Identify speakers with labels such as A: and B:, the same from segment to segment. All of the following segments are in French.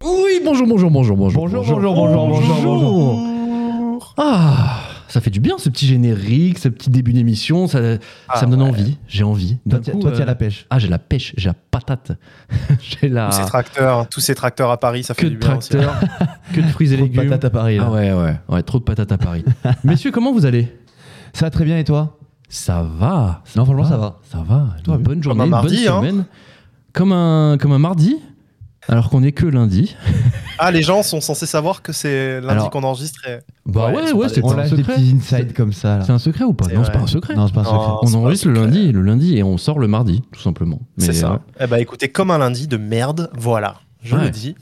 A: Bonjour, bonjour, bonjour, bonjour.
B: Bonjour, bonjour, bonjour, bonjour, bonjour.
A: Ah, ça fait du bien ce petit générique, ce petit début d'émission. Ça,
B: Ah
A: ça me donne envie. J'ai envie. D'un
B: Toi, t'y-
A: coup,
B: toi, t'y as
A: euh,
B: la pêche.
A: Ah, j'ai la pêche, j'ai la patate. j'ai la.
C: Tous ces tracteurs, tous ces tracteurs à Paris, ça
A: Ah.
C: fait
A: Que
C: du
A: de
C: bien aussi.
A: tracteurs, que de fruits et
B: Trop de
A: légumes.
B: patates à Paris. là.
A: Ah ouais, ouais, ouais, trop de patates à Paris. Messieurs, comment vous allez
B: Ça va très bien et toi Hein
A: Ça va. ça
B: Non, franchement, ça va.
A: Ça va.
B: Tout va
A: Une bonne journée,
C: un
A: une bonne
C: mardi, hein.
A: semaine. Comme un, comme un mardi, alors qu'on est que lundi.
C: Ah, les gens sont censés savoir que c'est lundi
A: Alors-
C: qu'on enregistre. et-
A: Bah
C: Ouais,
A: ouais,
C: c'est
A: ouais,
C: pas
A: c'est
B: On
A: pas un
B: lâche des
A: secret.
B: petits insides comme ça. là.
A: C'est un secret ou pas
C: C'est
A: Ah. Non, c'est
C: vrai.
A: pas un Oh, secret.
B: Non, c'est pas un secret.
C: Non,
A: on
C: c'est pas
A: enregistre le
C: secret.
A: lundi, le lundi et on sort le mardi, tout simplement. Mais, euh,
C: C'est ça.
A: ouais.
C: Eh bah écoutez, comme un lundi de merde, voilà. Je
A: Ouais.
C: le dis.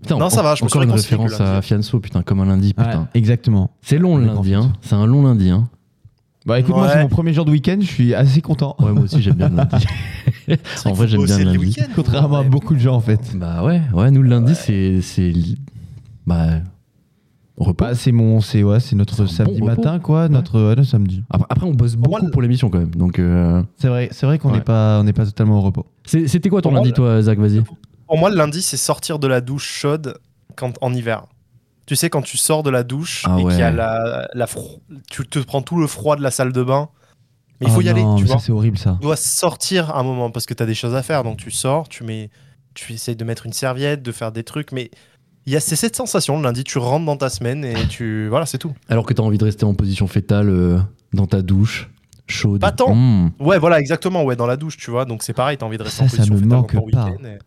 A: Putain,
C: Non, ça
A: en-
C: va, je me suis
A: Encore une
C: réconcilié
A: référence
C: que le
A: à
C: lundi.
A: Fianso, putain, comme un lundi, putain.
B: Ouais, exactement.
A: C'est long le
B: Mais
A: lundi,
B: bon.
A: hein. C'est un long lundi, hein.
B: Bah écoute, moi,
C: Ouais.
B: c'est mon premier jour de week-end, je suis assez content.
A: Ouais, moi aussi j'aime bien le lundi.
C: C'est
A: en vrai,
C: qu'il faut
A: j'aime bien
C: bosser
A: le
C: les
A: lundi.
C: week-ends.
B: Contrairement à
C: Ouais.
B: beaucoup de gens en fait.
A: Bah ouais, ouais, nous le lundi, c'est. c'est li- Bah. Repas.
B: Bah, c'est mon, c'est ouais, c'est
A: C'est un
B: notre
A: bon
B: samedi
A: repos.
B: matin quoi, notre ouais, le samedi.
A: Après, après, on bosse beaucoup
C: moi, le-
A: pour l'émission quand même. Donc. euh,
B: C'est vrai, c'est vrai qu'on n'est
A: Ouais.
B: pas, on n'est pas totalement au repos.
A: c'est- C'était quoi ton
C: Pour moi,
A: lundi, toi, Zach Vas-y.
C: Pour moi, le lundi, c'est sortir de la douche chaude quand, en hiver. Tu sais, quand tu sors de la douche
A: Ah
C: et qu'il y a
A: ouais.
C: la, la fro- tu te prends tout le froid de la salle de bain, mais il faut
B: Oh
C: y
B: non,
C: aller, tu
B: mais
C: vois.
B: Ça c'est horrible ça.
C: Tu dois sortir un moment parce que tu as des choses à faire. Donc tu sors, tu mets, tu essayes de mettre une serviette, de faire des trucs, mais il y a c'est cette sensation le lundi. Tu rentres dans ta semaine et tu voilà, c'est tout.
A: Alors que t'as envie de rester en position fétale euh, dans ta douche, chaude.
C: Pas tant.
A: Mmh,
C: Ouais, voilà, exactement. Ouais, dans la douche, tu vois. Donc c'est pareil, t'as envie de rester
B: Ça,
C: en
B: ça
C: position
B: me
C: fétale
B: manque
C: dans ton
B: pas.
C: week-end et-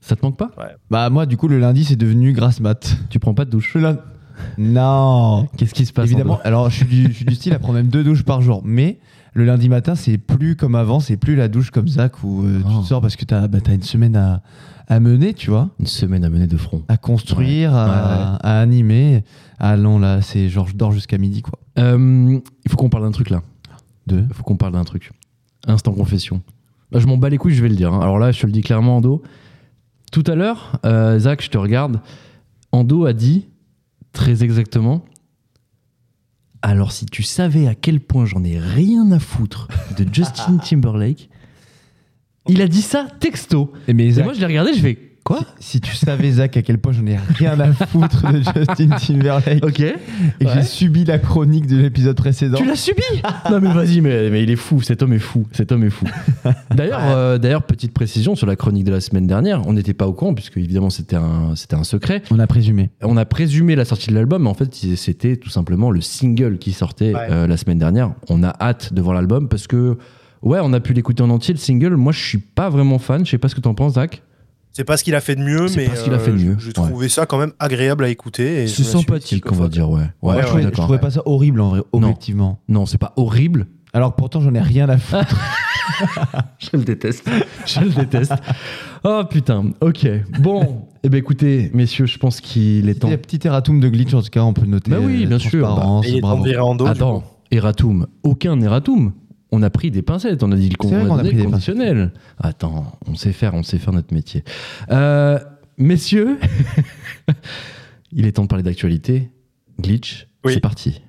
A: Ça te manque pas
B: Bah moi du coup le lundi c'est devenu grasse mat.
A: Tu prends pas de douche
B: Le lundi. Non.
A: Qu'est-ce qui se passe
B: Évidemment.
A: Antoine
B: Alors je suis, du, je suis du style à prendre même deux douches par jour, mais le lundi matin c'est plus comme avant, c'est plus la douche comme Zach où euh,
A: Oh.
B: tu te sors parce que t'as, bah, t'as une semaine à, à mener, tu vois,
A: Une semaine à mener de front.
B: à construire, à, à animer. Ah non là c'est genre je dors jusqu'à midi quoi.
A: Euh, il faut qu'on parle d'un truc là.
B: De.
A: Il faut qu'on parle d'un truc. Instant confession. Bah, je m'en bats les couilles, je vais le dire. hein. Alors là, je te le dis clairement, Ando. Tout à l'heure, euh, Zach, je te regarde. Ando a dit très exactement. Alors, si tu savais à quel point j'en ai rien à foutre de Justin Timberlake, il a dit ça texto.
B: Et mais
A: Et
B: Zach,
A: moi, je l'ai regardé, je fais quoi
B: si tu savais Zach à quel point j'en ai rien à foutre de Justin Timberlake
A: Ok.
B: et que
A: Ouais.
B: j'ai subi la chronique de l'épisode précédent.
A: Tu l'as subi Non mais vas-y, mais, mais il est fou, cet homme est fou, cet homme est fou. D'ailleurs, euh, d'ailleurs, petite précision sur la chronique de la semaine dernière, on n'était pas au courant, puisque évidemment c'était un, c'était un secret.
B: On a présumé.
A: On a présumé la sortie de l'album, mais en fait c'était tout simplement le single qui sortait
C: Ouais.
A: euh, la semaine dernière. On a hâte de voir l'album, parce que, ouais, on a pu l'écouter en entier, le single, moi je suis pas vraiment fan, je sais pas ce que t'en penses, Zach.
C: C'est pas ce qu'il a fait de mieux,
A: C'est
C: mais euh,
A: pas ce qu'il a fait de
C: je-
A: mieux,
C: J'ai
A: ouais.
C: trouvé ça quand même agréable à écouter. et je
A: C'est
C: me suis dit bah,
A: sympathique,
C: quelques
A: on va
C: fois
A: dire, ouais. Ouais, je suis
B: Moi,
C: Ouais,
B: je, trouvais, je
A: d'accord.
B: trouvais pas ça horrible en vrai,
A: Non.
B: objectivement.
A: Non, c'est pas horrible,
B: Alors pourtant, j'en ai rien à foutre.
A: Je le déteste. Je le déteste. Oh putain. Ok. Bon. Eh ben écoutez, messieurs, je pense qu'il est temps.
B: Petit, petit erratum de glitch, en tout cas, on peut le noter.
A: Bah oui,
B: euh,
A: bien sûr,
B: transparence,
C: Et il est
B: bravo.
C: tombé en dos. du
A: Attends.
C: coup.
A: Eratum. Aucun eratum. On a pris des pincettes. On a dit le
B: C'est vrai qu'on a pris des
A: conditionnel. Attends. On sait faire. On sait faire notre métier. Euh, messieurs, il est temps de parler d'actualité. Glitch.
C: Oui.
A: C'est parti.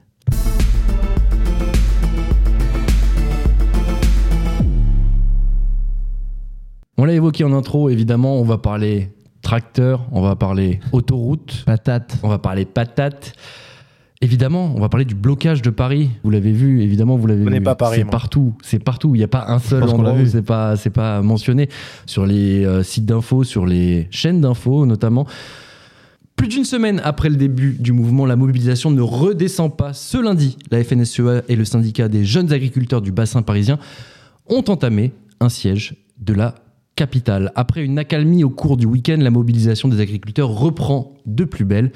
A: On l'a évoqué en intro, évidemment, on va parler tracteur, on va parler autoroute,
B: Patate.
A: on va parler patates. Évidemment, on va parler du blocage de Paris. Vous l'avez vu, évidemment, vous l'avez
C: Je connais
A: vu.
C: pas Paris,
A: C'est
C: moi.
A: partout, c'est partout. Il n'y a pas un seul
B: pense qu'on
A: endroit
B: l'a
A: où
B: vu.
A: c'est pas, c'est pas mentionné sur les euh, sites d'infos, sur les chaînes d'infos notamment. Plus d'une semaine après le début du mouvement, la mobilisation ne redescend pas. Ce lundi, la FNSEA E et le syndicat des jeunes agriculteurs du bassin parisien ont entamé un siège de la capitale. Après une accalmie au cours du week-end, la mobilisation des agriculteurs reprend de plus belle.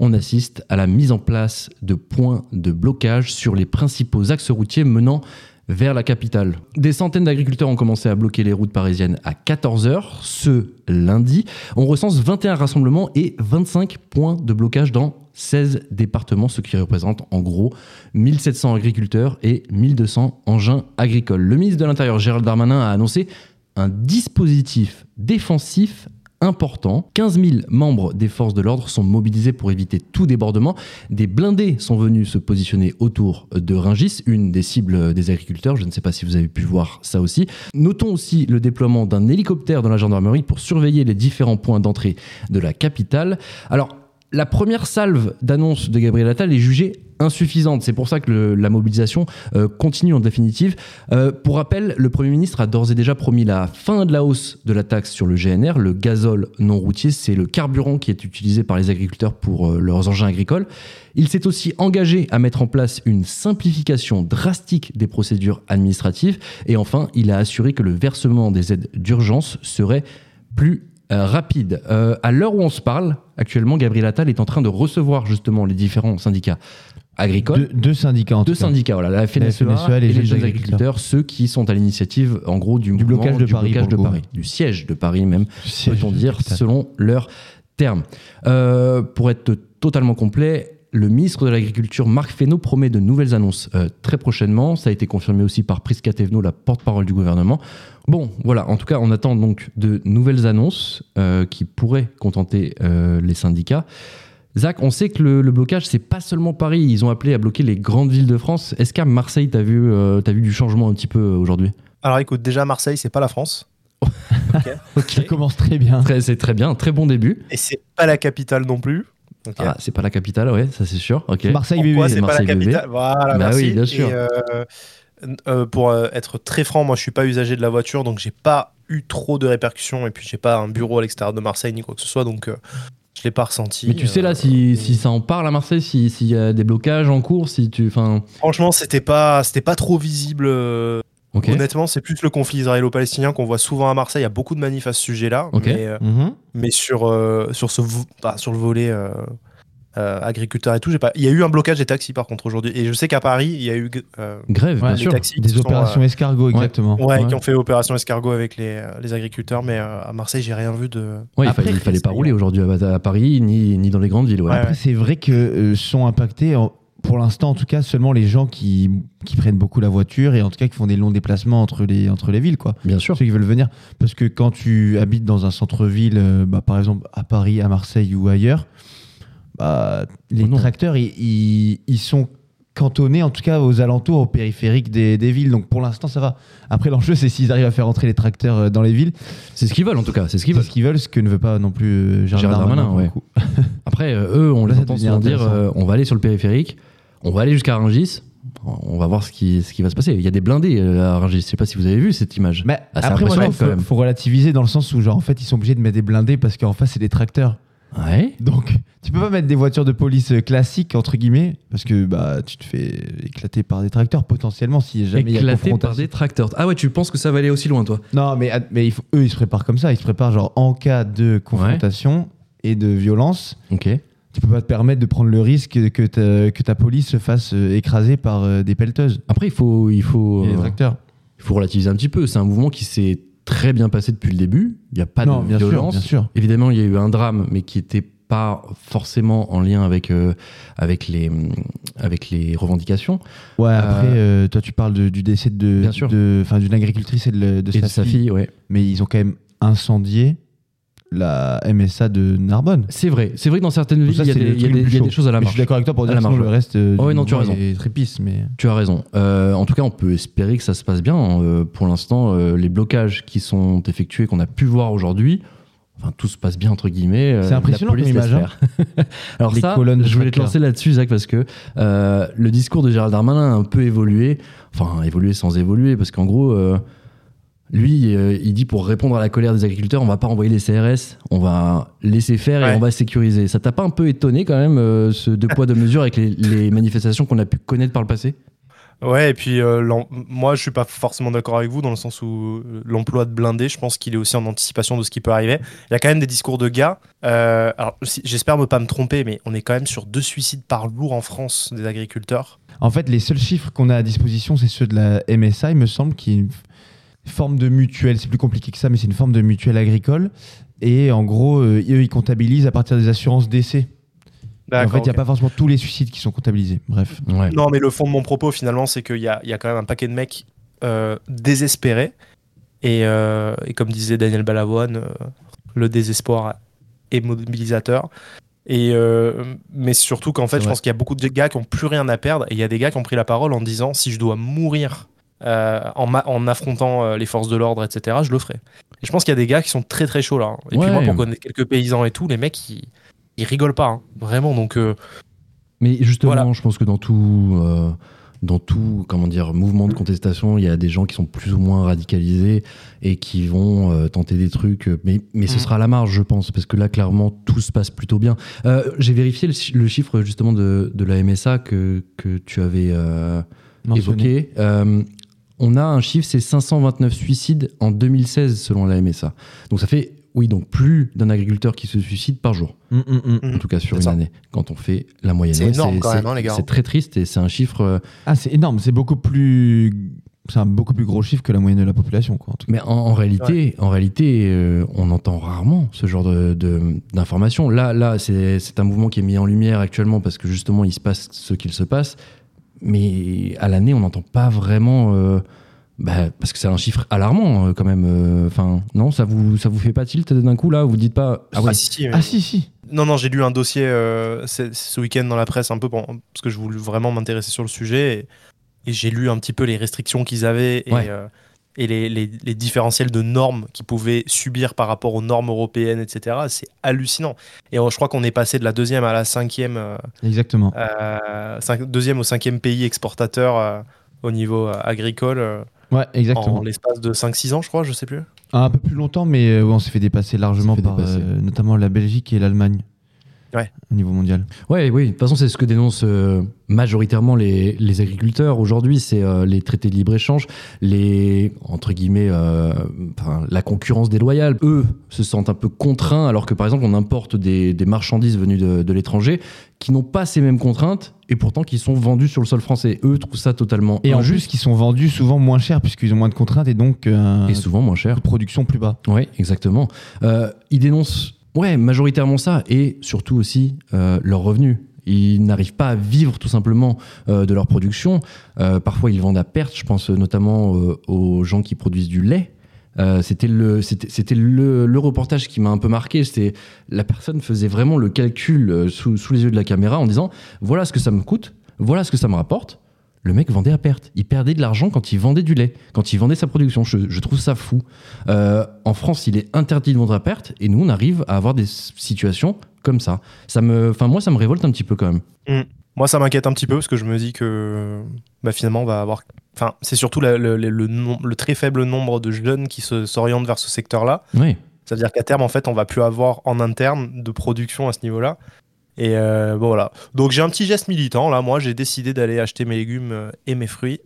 A: On assiste à la mise en place de points de blocage sur les principaux axes routiers menant vers la capitale. Des centaines d'agriculteurs ont commencé à bloquer les routes parisiennes à 14h ce lundi. On recense 21 rassemblements et 25 points de blocage dans 16 départements, ce qui représente en gros 1700 agriculteurs et 1200 engins agricoles. Le ministre de l'Intérieur Gérald Darmanin a annoncé un dispositif défensif important. 15 000 membres des forces de l'ordre sont mobilisés pour éviter tout débordement. Des blindés sont venus se positionner autour de Ringis, une des cibles des agriculteurs. Je ne sais pas si vous avez pu voir ça aussi. Notons aussi le déploiement d'un hélicoptère dans la gendarmerie pour surveiller les différents points d'entrée de la capitale. Alors, la première salve d'annonce de Gabriel Attal est jugée insuffisante. C'est pour ça que le- la mobilisation euh, continue en définitive. Euh, pour rappel, le Premier ministre a d'ores et déjà promis la fin de la hausse de la taxe sur le GNR, le gazole non routier. C'est le carburant qui est utilisé par les agriculteurs pour euh, leurs engins agricoles. Il s'est aussi engagé à mettre en place une simplification drastique des procédures administratives. Et enfin, il a assuré que le versement des aides d'urgence serait plus euh, rapide. Euh, à l'heure où on se parle, actuellement, Gabriel Attal est en train de recevoir justement les différents syndicats agricoles.
B: Deux, deux syndicats en
A: Deux
B: tout cas.
A: syndicats, voilà, la FNSEA,
B: FNSEA,
A: E et les jeunes agriculteurs, ceux qui sont à l'initiative, en gros, du, mouvement,
B: blocage de
A: du
B: Paris,
A: blocage
B: pour
A: de
B: le coup.
A: Paris, du siège de Paris même, peut-on dire,
B: Putain.
A: selon leurs termes. Euh, pour être totalement complet, le ministre de l'Agriculture, Marc Fesneau, promet de nouvelles annonces euh, très prochainement. Ça a été confirmé aussi par Prisca Thévenot, la porte-parole du gouvernement. Bon, voilà, en tout cas, on attend donc de nouvelles annonces euh, qui pourraient contenter euh, les syndicats. Zach, on sait que le, le blocage, c'est pas seulement Paris. Ils ont appelé à bloquer les grandes villes de France. Est-ce qu'à Marseille, t'as vu, euh, t'as vu du changement un petit peu euh, aujourd'hui
C: Alors écoute, déjà Marseille, c'est pas la France.
B: Ça commence très bien.
A: Très- C'est très bien, très bon début.
C: Et c'est pas la capitale non plus. Ok.
A: Ah, c'est pas la capitale, ouais, ça c'est sûr. Ok.
B: Marseille bébé.
C: Pourquoi
A: c'est
C: c'est pas la
A: Marseille bébé.
C: capitale Voilà,
A: Bah
C: merci.
A: oui, bien sûr.
C: Et, euh, euh, pour euh, être très franc, moi je suis pas usager de la voiture, donc j'ai pas eu trop de répercussions et puis j'ai pas un bureau à l'extérieur de Marseille ni quoi que ce soit, donc euh, je l'ai pas ressenti.
A: Mais tu sais là,
C: Euh,
A: si, si ça en parle à Marseille, si- s'il y a des blocages en cours, si tu, enfin,
C: Franchement, c'était pas, c'était pas trop visible. euh,
A: ok.
C: Honnêtement, c'est plus le conflit israélo-palestinien qu'on voit souvent à Marseille. Il y a beaucoup de manifs à ce sujet-là.
A: Ok.
C: Mais, euh,
B: Mhm.
C: mais sur, euh, sur, ce, vo- bah, sur le volet euh, euh, agriculteur et tout, j'ai pas... il y a eu un blocage des taxis par contre aujourd'hui. Et je sais qu'à Paris, il y a eu euh,
A: Grève,
B: Ouais,
A: bien
C: des
A: sûr.
C: taxis qui
B: Des
C: sont,
B: opérations escargot, exactement.
C: euh, ouais,
A: Ouais.
C: qui ont fait opération escargot avec les, euh, les agriculteurs. Mais euh, à Marseille, j'ai rien vu de.
A: Ouais, il
B: Après,
A: fallait, il fallait pas
C: c'est-
A: rouler aujourd'hui à, à Paris ni, ni dans les grandes villes. Ouais.
C: Ouais.
B: Après, c'est vrai que euh, sont impactés, en- pour l'instant en tout cas, seulement les gens qui, qui prennent beaucoup la voiture et en tout cas qui font des longs déplacements entre les, entre les villes, quoi.
A: Bien sûr.
B: Ceux qui veulent venir. Parce que quand tu habites dans un centre-ville, euh, bah, par exemple à Paris, à Marseille ou ailleurs, bah, les
A: Oh non.
B: tracteurs, ils, ils, ils sont cantonnés en tout cas aux alentours, aux périphériques des, des villes. Donc pour l'instant, ça va. Après, l'enjeu, c'est s'ils arrivent à faire entrer les tracteurs euh, dans les villes.
A: C'est ce qu'ils veulent en tout cas. C'est ce qu'ils
B: C'est
A: veulent.
B: ce qu'ils veulent, ce que ne veut pas non plus euh, Gérald
A: Gérald
B: Darmanin.
A: Darmanin,
B: pour le
A: ouais.
B: coup.
A: Après, euh, eux, on
B: Là,
A: les
B: ça
A: entend
B: devient
A: souvent dire,
B: intéressant.
A: euh, on va aller sur le périphérique, on va aller jusqu'à Rungis, on va voir ce qui, ce qui va se passer. Il y a des blindés euh, à Rungis. Je sais pas si vous avez vu cette image.
B: Mais
A: Ah, c'est
B: après, moi, je
A: impressionnant,
B: trouve
A: quand
B: qu'il
A: même.
B: faut relativiser dans le sens où, genre, en fait, ils sont obligés de mettre des blindés parce qu'en face, c'est des tracteurs.
A: Ouais.
B: Donc, tu peux pas mettre des voitures de police euh, classiques, entre guillemets, parce que bah, tu te fais éclater par des tracteurs potentiellement si jamais il y a
A: Éclaté par
B: confrontation.
A: des tracteurs. Ah ouais, tu penses que ça va aller aussi loin, toi
B: Non, mais, ad- mais il faut- eux, ils se préparent comme ça. Ils se préparent, genre, en cas de confrontation et de violence,
A: Ok.
B: tu peux pas te permettre de prendre le risque que ta, que ta police se fasse euh, écraser par euh, des pelleteuses
A: Après, il faut, il faut,
B: et des
A: euh,
B: tracteurs.
A: il faut relativiser un petit peu. C'est un mouvement qui s'est très bien passé depuis le début. Il n'y a pas
B: non,
A: de
B: bien sûr,
A: violence.
B: bien sûr.
A: Évidemment, il y a eu un drame, mais qui n'était pas forcément en lien avec, euh, avec, les, avec les revendications.
B: Ouais, après, euh, toi, tu parles de- du décès de,
A: Bien sûr.
B: de- enfin, d'une agricultrice et de, de
A: Et de
B: sa, fille.
A: ouais.
B: Mais ils ont quand même incendié la MSA de Narbonne.
A: C'est vrai. C'est vrai que dans certaines
B: Donc
A: villes,
B: ça,
A: il y a
B: c'est
A: des-
B: le
A: il y a
B: truc le
A: des
B: plus
A: il y a
B: chaud.
A: des choses à la
B: Mais Je suis
A: marche.
B: d'accord avec toi pour
A: À
B: dire
A: la
B: que sinon,
A: marge.
B: le reste euh, du
A: Ouais, non, tu as
B: mouvement
A: raison.
B: est trépice, mais
A: Tu as raison. Euh, en tout cas, on peut espérer que ça se passe bien. Euh, pour l'instant, euh, les blocages qui sont effectués, qu'on a pu voir aujourd'hui, enfin, tout se passe bien, entre guillemets. Euh,
B: C'est
A: la
B: impressionnant
A: police
B: comme
A: laisse
B: image, hein.
A: faire. Alors
B: Les
A: ça,
B: colonnes de
A: je voulais te
B: tracteurs.
A: lancer là-dessus, Zach, parce que euh, le discours de Gérald Darmanin a un peu évolué. Enfin, évolué sans évoluer, parce qu'en gros... euh, lui, euh, il dit pour répondre à la colère des agriculteurs, on va pas envoyer les CRS, on va laisser faire et
C: Ouais.
A: on va sécuriser. Ça t'a pas un peu étonné quand même, euh, ce deux poids deux mesures avec les, les manifestations qu'on a pu connaître par le passé
C: Ouais, et puis euh, l'em- moi, je suis pas forcément d'accord avec vous dans le sens où euh, l'emploi de blindé, je pense qu'il est aussi en anticipation de ce qui peut arriver. Il y a quand même des discours de gars. euh, alors, si- j'espère ne pas me tromper, mais on est quand même sur deux suicides par lourd en France des agriculteurs.
B: en fait, les seuls chiffres qu'on a à disposition, c'est ceux de la MSA, il me semble, qui est une f- forme de mutuelle. C'est plus compliqué que ça, mais c'est une forme de mutuelle agricole. Et en gros, euh, eux, ils comptabilisent à partir des assurances décès. Et Bah, En fait, il n'y a pas forcément tous les suicides qui sont comptabilisés. Bref.
A: Ouais.
C: Non, mais le fond de mon propos, finalement, c'est qu'il y a, il y a quand même un paquet de mecs euh, désespérés. Et, euh, et comme disait Daniel Balavoine, euh, le désespoir est mobilisateur. Et euh, mais surtout qu'en fait,
A: C'est
C: je
A: vrai.
C: pense qu'il y a beaucoup de gars qui ont plus rien à perdre. Et il y a des gars qui ont pris la parole en disant si je dois mourir euh, en, ma- en affrontant euh, les forces de l'ordre, etc., je le ferai. Et je pense qu'il y a des gars qui sont très très chauds là. hein. Et
A: Ouais.
C: puis moi, pour connaître quelques paysans et tout, les mecs, ils, ils rigolent pas. hein. Vraiment. Donc euh,
A: Mais justement,
C: Voilà.
A: je pense que dans tout, euh, dans tout, comment dire, mouvement de contestation, il y a des gens qui sont plus ou moins radicalisés et qui vont euh, tenter des trucs. euh, Mais, mais ce
C: Mhm.
A: sera à la marge, je pense, parce que là, clairement, tout se passe plutôt bien. Euh, J'ai vérifié le, chi- le chiffre justement de, de la MSA que, que tu avais euh,
B: Mentionné.
A: évoqué. Euh, on a un chiffre, c'est 529 suicides en 2016 selon la MSA. Donc ça fait, oui, donc plus d'un agriculteur qui se suicide par jour
B: Mm, mm, mm.
A: en tout cas sur une
C: C'est ça.
A: année, quand on fait la moyenne.
C: C'est
A: Ouais,
C: énorme quand même, hein, les gars.
A: C'est très triste et c'est un chiffre. euh,
B: Ah, c'est énorme, c'est beaucoup plus. C'est un beaucoup plus gros chiffre que la moyenne de la population, quoi, en tout cas.
A: Mais en, en réalité, en réalité euh, on entend rarement ce genre de- de- d'informations. là, là c'est c'est un mouvement qui est mis en lumière actuellement parce que justement, il se passe ce qu'il se passe. Mais à l'année, on n'entend pas vraiment. euh, bah, parce que c'est un chiffre alarmant euh, quand même. Enfin, non, ça vous ça vous fait pas tilt d'un coup là Vous dites pas ah ouais,
C: si, si, mais-
B: Ah, si, si.
C: Non, non, j'ai lu un dossier euh, ce ce week-end dans la presse un peu pour- parce que je voulais vraiment m'intéresser sur le sujet et, et j'ai lu un petit peu les restrictions qu'ils avaient et,
A: Ouais.
C: euh, et les, les- les différentiels de normes qu'ils pouvaient subir par rapport aux normes européennes, etc. C'est hallucinant. Et euh, je crois qu'on est passé de la deuxième à la cinquième, euh,
B: Exactement.
C: euh, cinq- deuxième au cinquième pays exportateur euh, au niveau euh, agricole euh,
B: Ouais, exactement.
C: en l'espace de 5-6 ans, je crois, je sais plus.
B: Un peu plus longtemps, mais euh, ouais, on s'est fait dépasser largement
A: s'est fait
B: par euh,
A: dépasser.
B: notamment la Belgique et l'Allemagne.
C: Ouais.
B: Au niveau mondial.
A: Ouais, oui, de toute façon, c'est ce que dénoncent euh, majoritairement les, les agriculteurs aujourd'hui, c'est euh, les traités de libre-échange, les, entre guillemets, euh, enfin, la concurrence déloyale. Eux se sentent un peu contraints, alors que par exemple, on importe des, des marchandises venues de, de l'étranger qui n'ont pas ces mêmes contraintes et pourtant qui sont vendues sur le sol français. Eux trouvent ça totalement
B: Et en plus,
A: injuste
B: qui sont vendus souvent moins cher puisqu'ils ont moins de contraintes et donc euh,
A: et souvent moins cher.
B: de production plus bas.
A: Oui, exactement. Euh, ils dénoncent ouais, majoritairement ça et surtout aussi euh, leurs revenus. Ils n'arrivent pas à vivre tout simplement euh, de leur production. Euh, parfois, ils vendent à perte. Je pense euh, notamment euh, aux gens qui produisent du lait. Euh, c'était le c'était c'était le, le reportage qui m'a un peu marqué c'était la personne faisait vraiment le calcul euh, sous, sous les yeux de la caméra en disant voilà ce que ça me coûte voilà ce que ça me rapporte le mec vendait à perte il perdait de l'argent quand il vendait du lait quand il vendait sa production je, je trouve ça fou euh, en France, il est interdit de vendre à perte, et nous, on arrive à avoir des s- situations comme ça. Ça me, enfin moi, ça me révolte un petit peu quand même.
C: Moi, ça m'inquiète un petit peu parce que je me dis que bah, finalement, on va avoir. Enfin, c'est surtout la- le, le- le nom- le très faible nombre de jeunes qui se- s'orientent vers ce secteur-là.
A: Oui.
C: Ça veut dire qu'à terme, en fait, on va plus avoir en interne de production à ce niveau-là. Et euh, bon, voilà. Donc, j'ai un petit geste militant. Là, moi, j'ai décidé d'aller acheter mes légumes euh, et mes fruits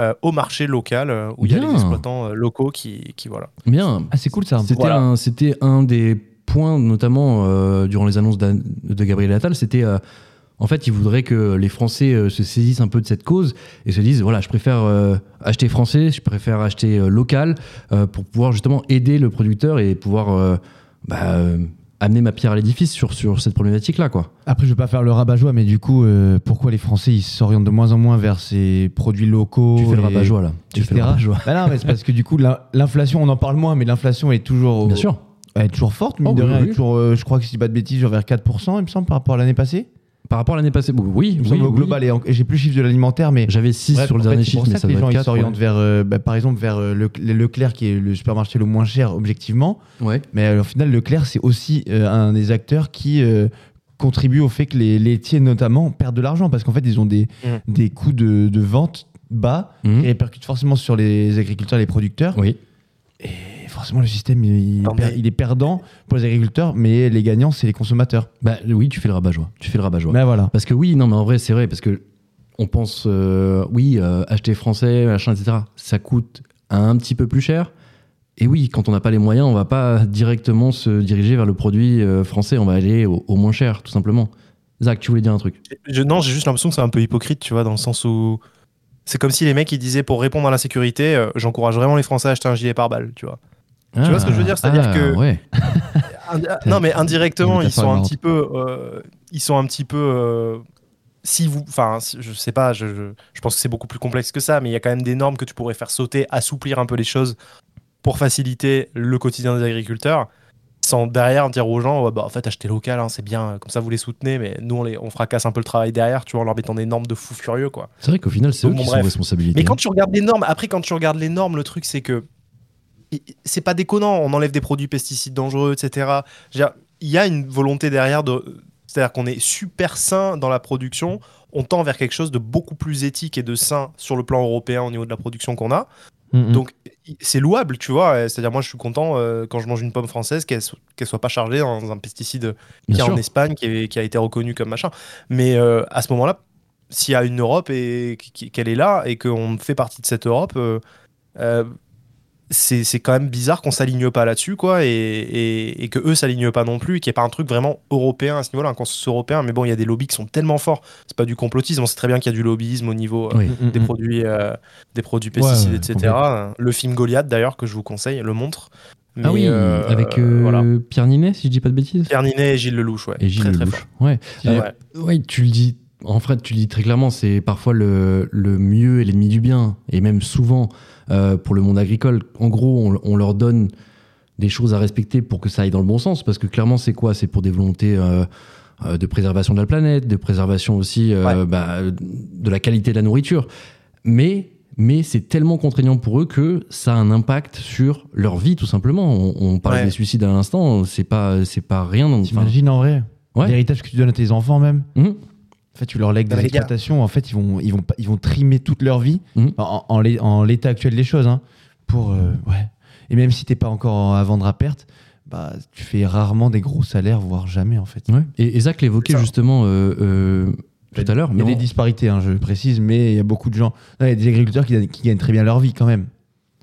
C: euh, au marché local euh, où il y a
A: Bien.
C: les exploitants euh, locaux qui, qui voilà.
A: Bien.
B: Ah, c'est cool ça.
A: C'était
C: Voilà.
A: un, c'était un des points, notamment euh, durant les annonces d'Anne- de Gabriel Attal, c'était euh, en fait, il voudrait que les Français euh, se saisissent un peu de cette cause et se disent voilà, je préfère euh, acheter français, je préfère acheter euh, local euh, pour pouvoir justement aider le producteur et pouvoir euh, bah, euh, amener ma pierre à l'édifice sur, sur cette problématique-là, quoi.
B: Après, je vais pas faire le rabat-joie, mais du coup, euh, pourquoi les Français ils s'orientent de moins en moins vers ces produits locaux
A: Tu fais le
B: Oh, et-
A: rabat-joie, là. Tu fais le
B: etc.
A: rabat-joie.
B: Bah non, mais c'est parce que du coup, la- l'inflation, on en parle moins, mais l'inflation est toujours. au-
A: Bien sûr.
B: Elle est toujours forte, mais
A: Oh,
B: de
A: oui,
B: rien, elle est
A: oui.
B: toujours, euh, je crois que si je dis pas de bêtises, genre vers 4%, il me semble, par rapport à l'année passée.
A: Par rapport à l'année passée, bon, oui,
B: Il me
A: oui,
B: semble au
A: oui.
B: global, et en- et j'ai plus le chiffre de l'alimentaire, mais.
A: J'avais 6
B: Bref,
A: sur le
B: en fait,
A: dernier
B: c'est pour
A: chiffre, mais
B: ça que
A: ça
B: les
A: doit
B: gens
A: être
B: ils
A: quatre,
B: s'orientent vers, euh, bah, par exemple, vers euh, le, le Leclerc qui est le supermarché le moins cher objectivement,
A: ouais. Ouais.
B: mais euh, au final Leclerc c'est aussi euh, un des acteurs qui euh, contribue au fait que les laitiers notamment perdent de l'argent parce qu'en fait ils ont des,
C: Mhm.
B: des coûts de, de vente bas
A: Mhm.
B: qui répercutent forcément sur les agriculteurs et les producteurs.
A: Oui.
B: Et forcément le système il,
C: Pardon.
B: per- il est perdant pour les agriculteurs, mais les gagnants c'est les consommateurs.
A: Bah, oui, tu fais le rabat-joie. Tu fais le rabat-joie.
B: Mais voilà.
A: Parce que oui, non, mais en vrai, c'est vrai, parce que on pense, euh, oui, euh, acheter français, machin, etc. Ça coûte un petit peu plus cher. Et oui, quand on n'a pas les moyens, on va pas directement se diriger vers le produit euh, français. On va aller au, au moins cher, tout simplement. Zach, tu voulais dire un truc
C: Je- non, j'ai juste l'impression que c'est un peu hypocrite, tu vois, dans le sens où c'est comme si les mecs ils disaient pour répondre à la sécurité, euh, j'encourage vraiment les Français à acheter un gilet pare-balles, tu vois. vois ce que je veux dire C'est-à-dire que-
A: Ah, ouais.
C: Indi- ah, non mais indirectement
B: Une
C: ils sont
B: métaphore
C: un
B: marrante.
C: petit peu euh, ils sont un petit peu euh, si vous enfin si- je sais pas je, je, je pense que c'est beaucoup plus complexe que ça mais il y a quand même des normes que tu pourrais faire sauter assouplir un peu les choses pour faciliter le quotidien des agriculteurs sans derrière dire aux gens ouais, bah en fait achetez local hein, c'est bien comme ça vous les soutenez mais nous on les on fracasse un peu le travail derrière tu vois en leur mettant des normes de fous furieux quoi
A: C'est vrai qu'au final, c'est eux
C: Bon,
A: qui sont
C: bref.
A: responsabilités.
C: mais quand tu regardes les normes après quand tu regardes les normes le truc c'est que i- i- c'est pas déconnant on enlève des produits pesticides dangereux etc Je veux dire, il y a une volonté derrière de c'est-à-dire qu'on est super sain dans la production on tend vers quelque chose de beaucoup plus éthique et de sain sur le plan européen au niveau de la production qu'on a
A: Mm,
C: donc i- c'est louable, tu vois. euh, C'est-à-dire moi je suis content euh, quand je mange une pomme française qu'elle so- qu'elle soit pas chargée dans un pesticide qui est
A: Bien sûr.
C: en Espagne qui, est- qui a été reconnu comme machin. Mais euh, à ce moment-là, s'il y a une Europe et qui- qui- qu'elle est là et qu'on fait partie de cette Europe, euh, euh, c'est c'est quand même bizarre qu'on s'aligne pas là-dessus, quoi, et, et, et que eux s'alignent pas non plus, et qu'il n'y ait pas un truc vraiment européen à ce niveau-là, un consensus européen. Mais bon, il y a des lobbies qui sont tellement forts. C'est pas du complotisme, on sait très bien qu'il y a du lobbyisme au niveau. euh,
A: Oui.
C: des produits, euh, des produits pesticides, etc. Le film Goliath, d'ailleurs, que je vous conseille, le montre.
A: Ah oui,
C: Mais, euh,
A: avec euh,
C: voilà.
A: Pierre Ninet, si je dis pas de bêtises.
C: Pierre Ninet et Gilles Lelouch, ouais.
A: Et Gilles
C: très, très
A: Lelouch.
C: fort.
A: Ouais.
C: Ouais.
A: Euh, ouais, tu le dis. En fait, tu le dis très clairement, c'est parfois le, le mieux et l'ennemi du bien, et même souvent euh, pour le monde agricole. En gros, on, on leur donne des choses à respecter pour que ça aille dans le bon sens, parce que clairement, c'est quoi C'est pour des volontés euh, euh, de préservation de la planète, de préservation aussi euh, bah, de la qualité de la nourriture. Mais, mais c'est tellement contraignant pour eux que ça a un impact sur leur vie, tout simplement. On, on parle
C: Ouais.
A: des suicides à l'instant, c'est pas, c'est pas rien. dans- enfin,
B: T'imagines en vrai
A: Ouais.
B: L'héritage que tu donnes à tes enfants même
A: Mhm.
B: En fait, tu leur lègues
C: Non,
B: des
C: mais les gars-
B: exploitations. En fait, ils vont, ils vont, pas- ils vont trimer toute leur vie
A: Mhm.
B: en, en l'é- en l'état actuel des choses. hein, pour euh, ouais. Et même si t'es pas encore à vendre à perte, bah tu fais rarement des gros salaires, voire jamais en fait.
A: Ouais. Et, et Zach l'évoquait
C: Ça.
A: justement euh, euh, Mmh. tout à l'heure.
B: Il
A: Mais
B: y a des
A: on-
B: disparités, hein, je précise, mais il y a beaucoup de gens. Non, il y a des agriculteurs qui, qui gagnent très bien leur vie quand même.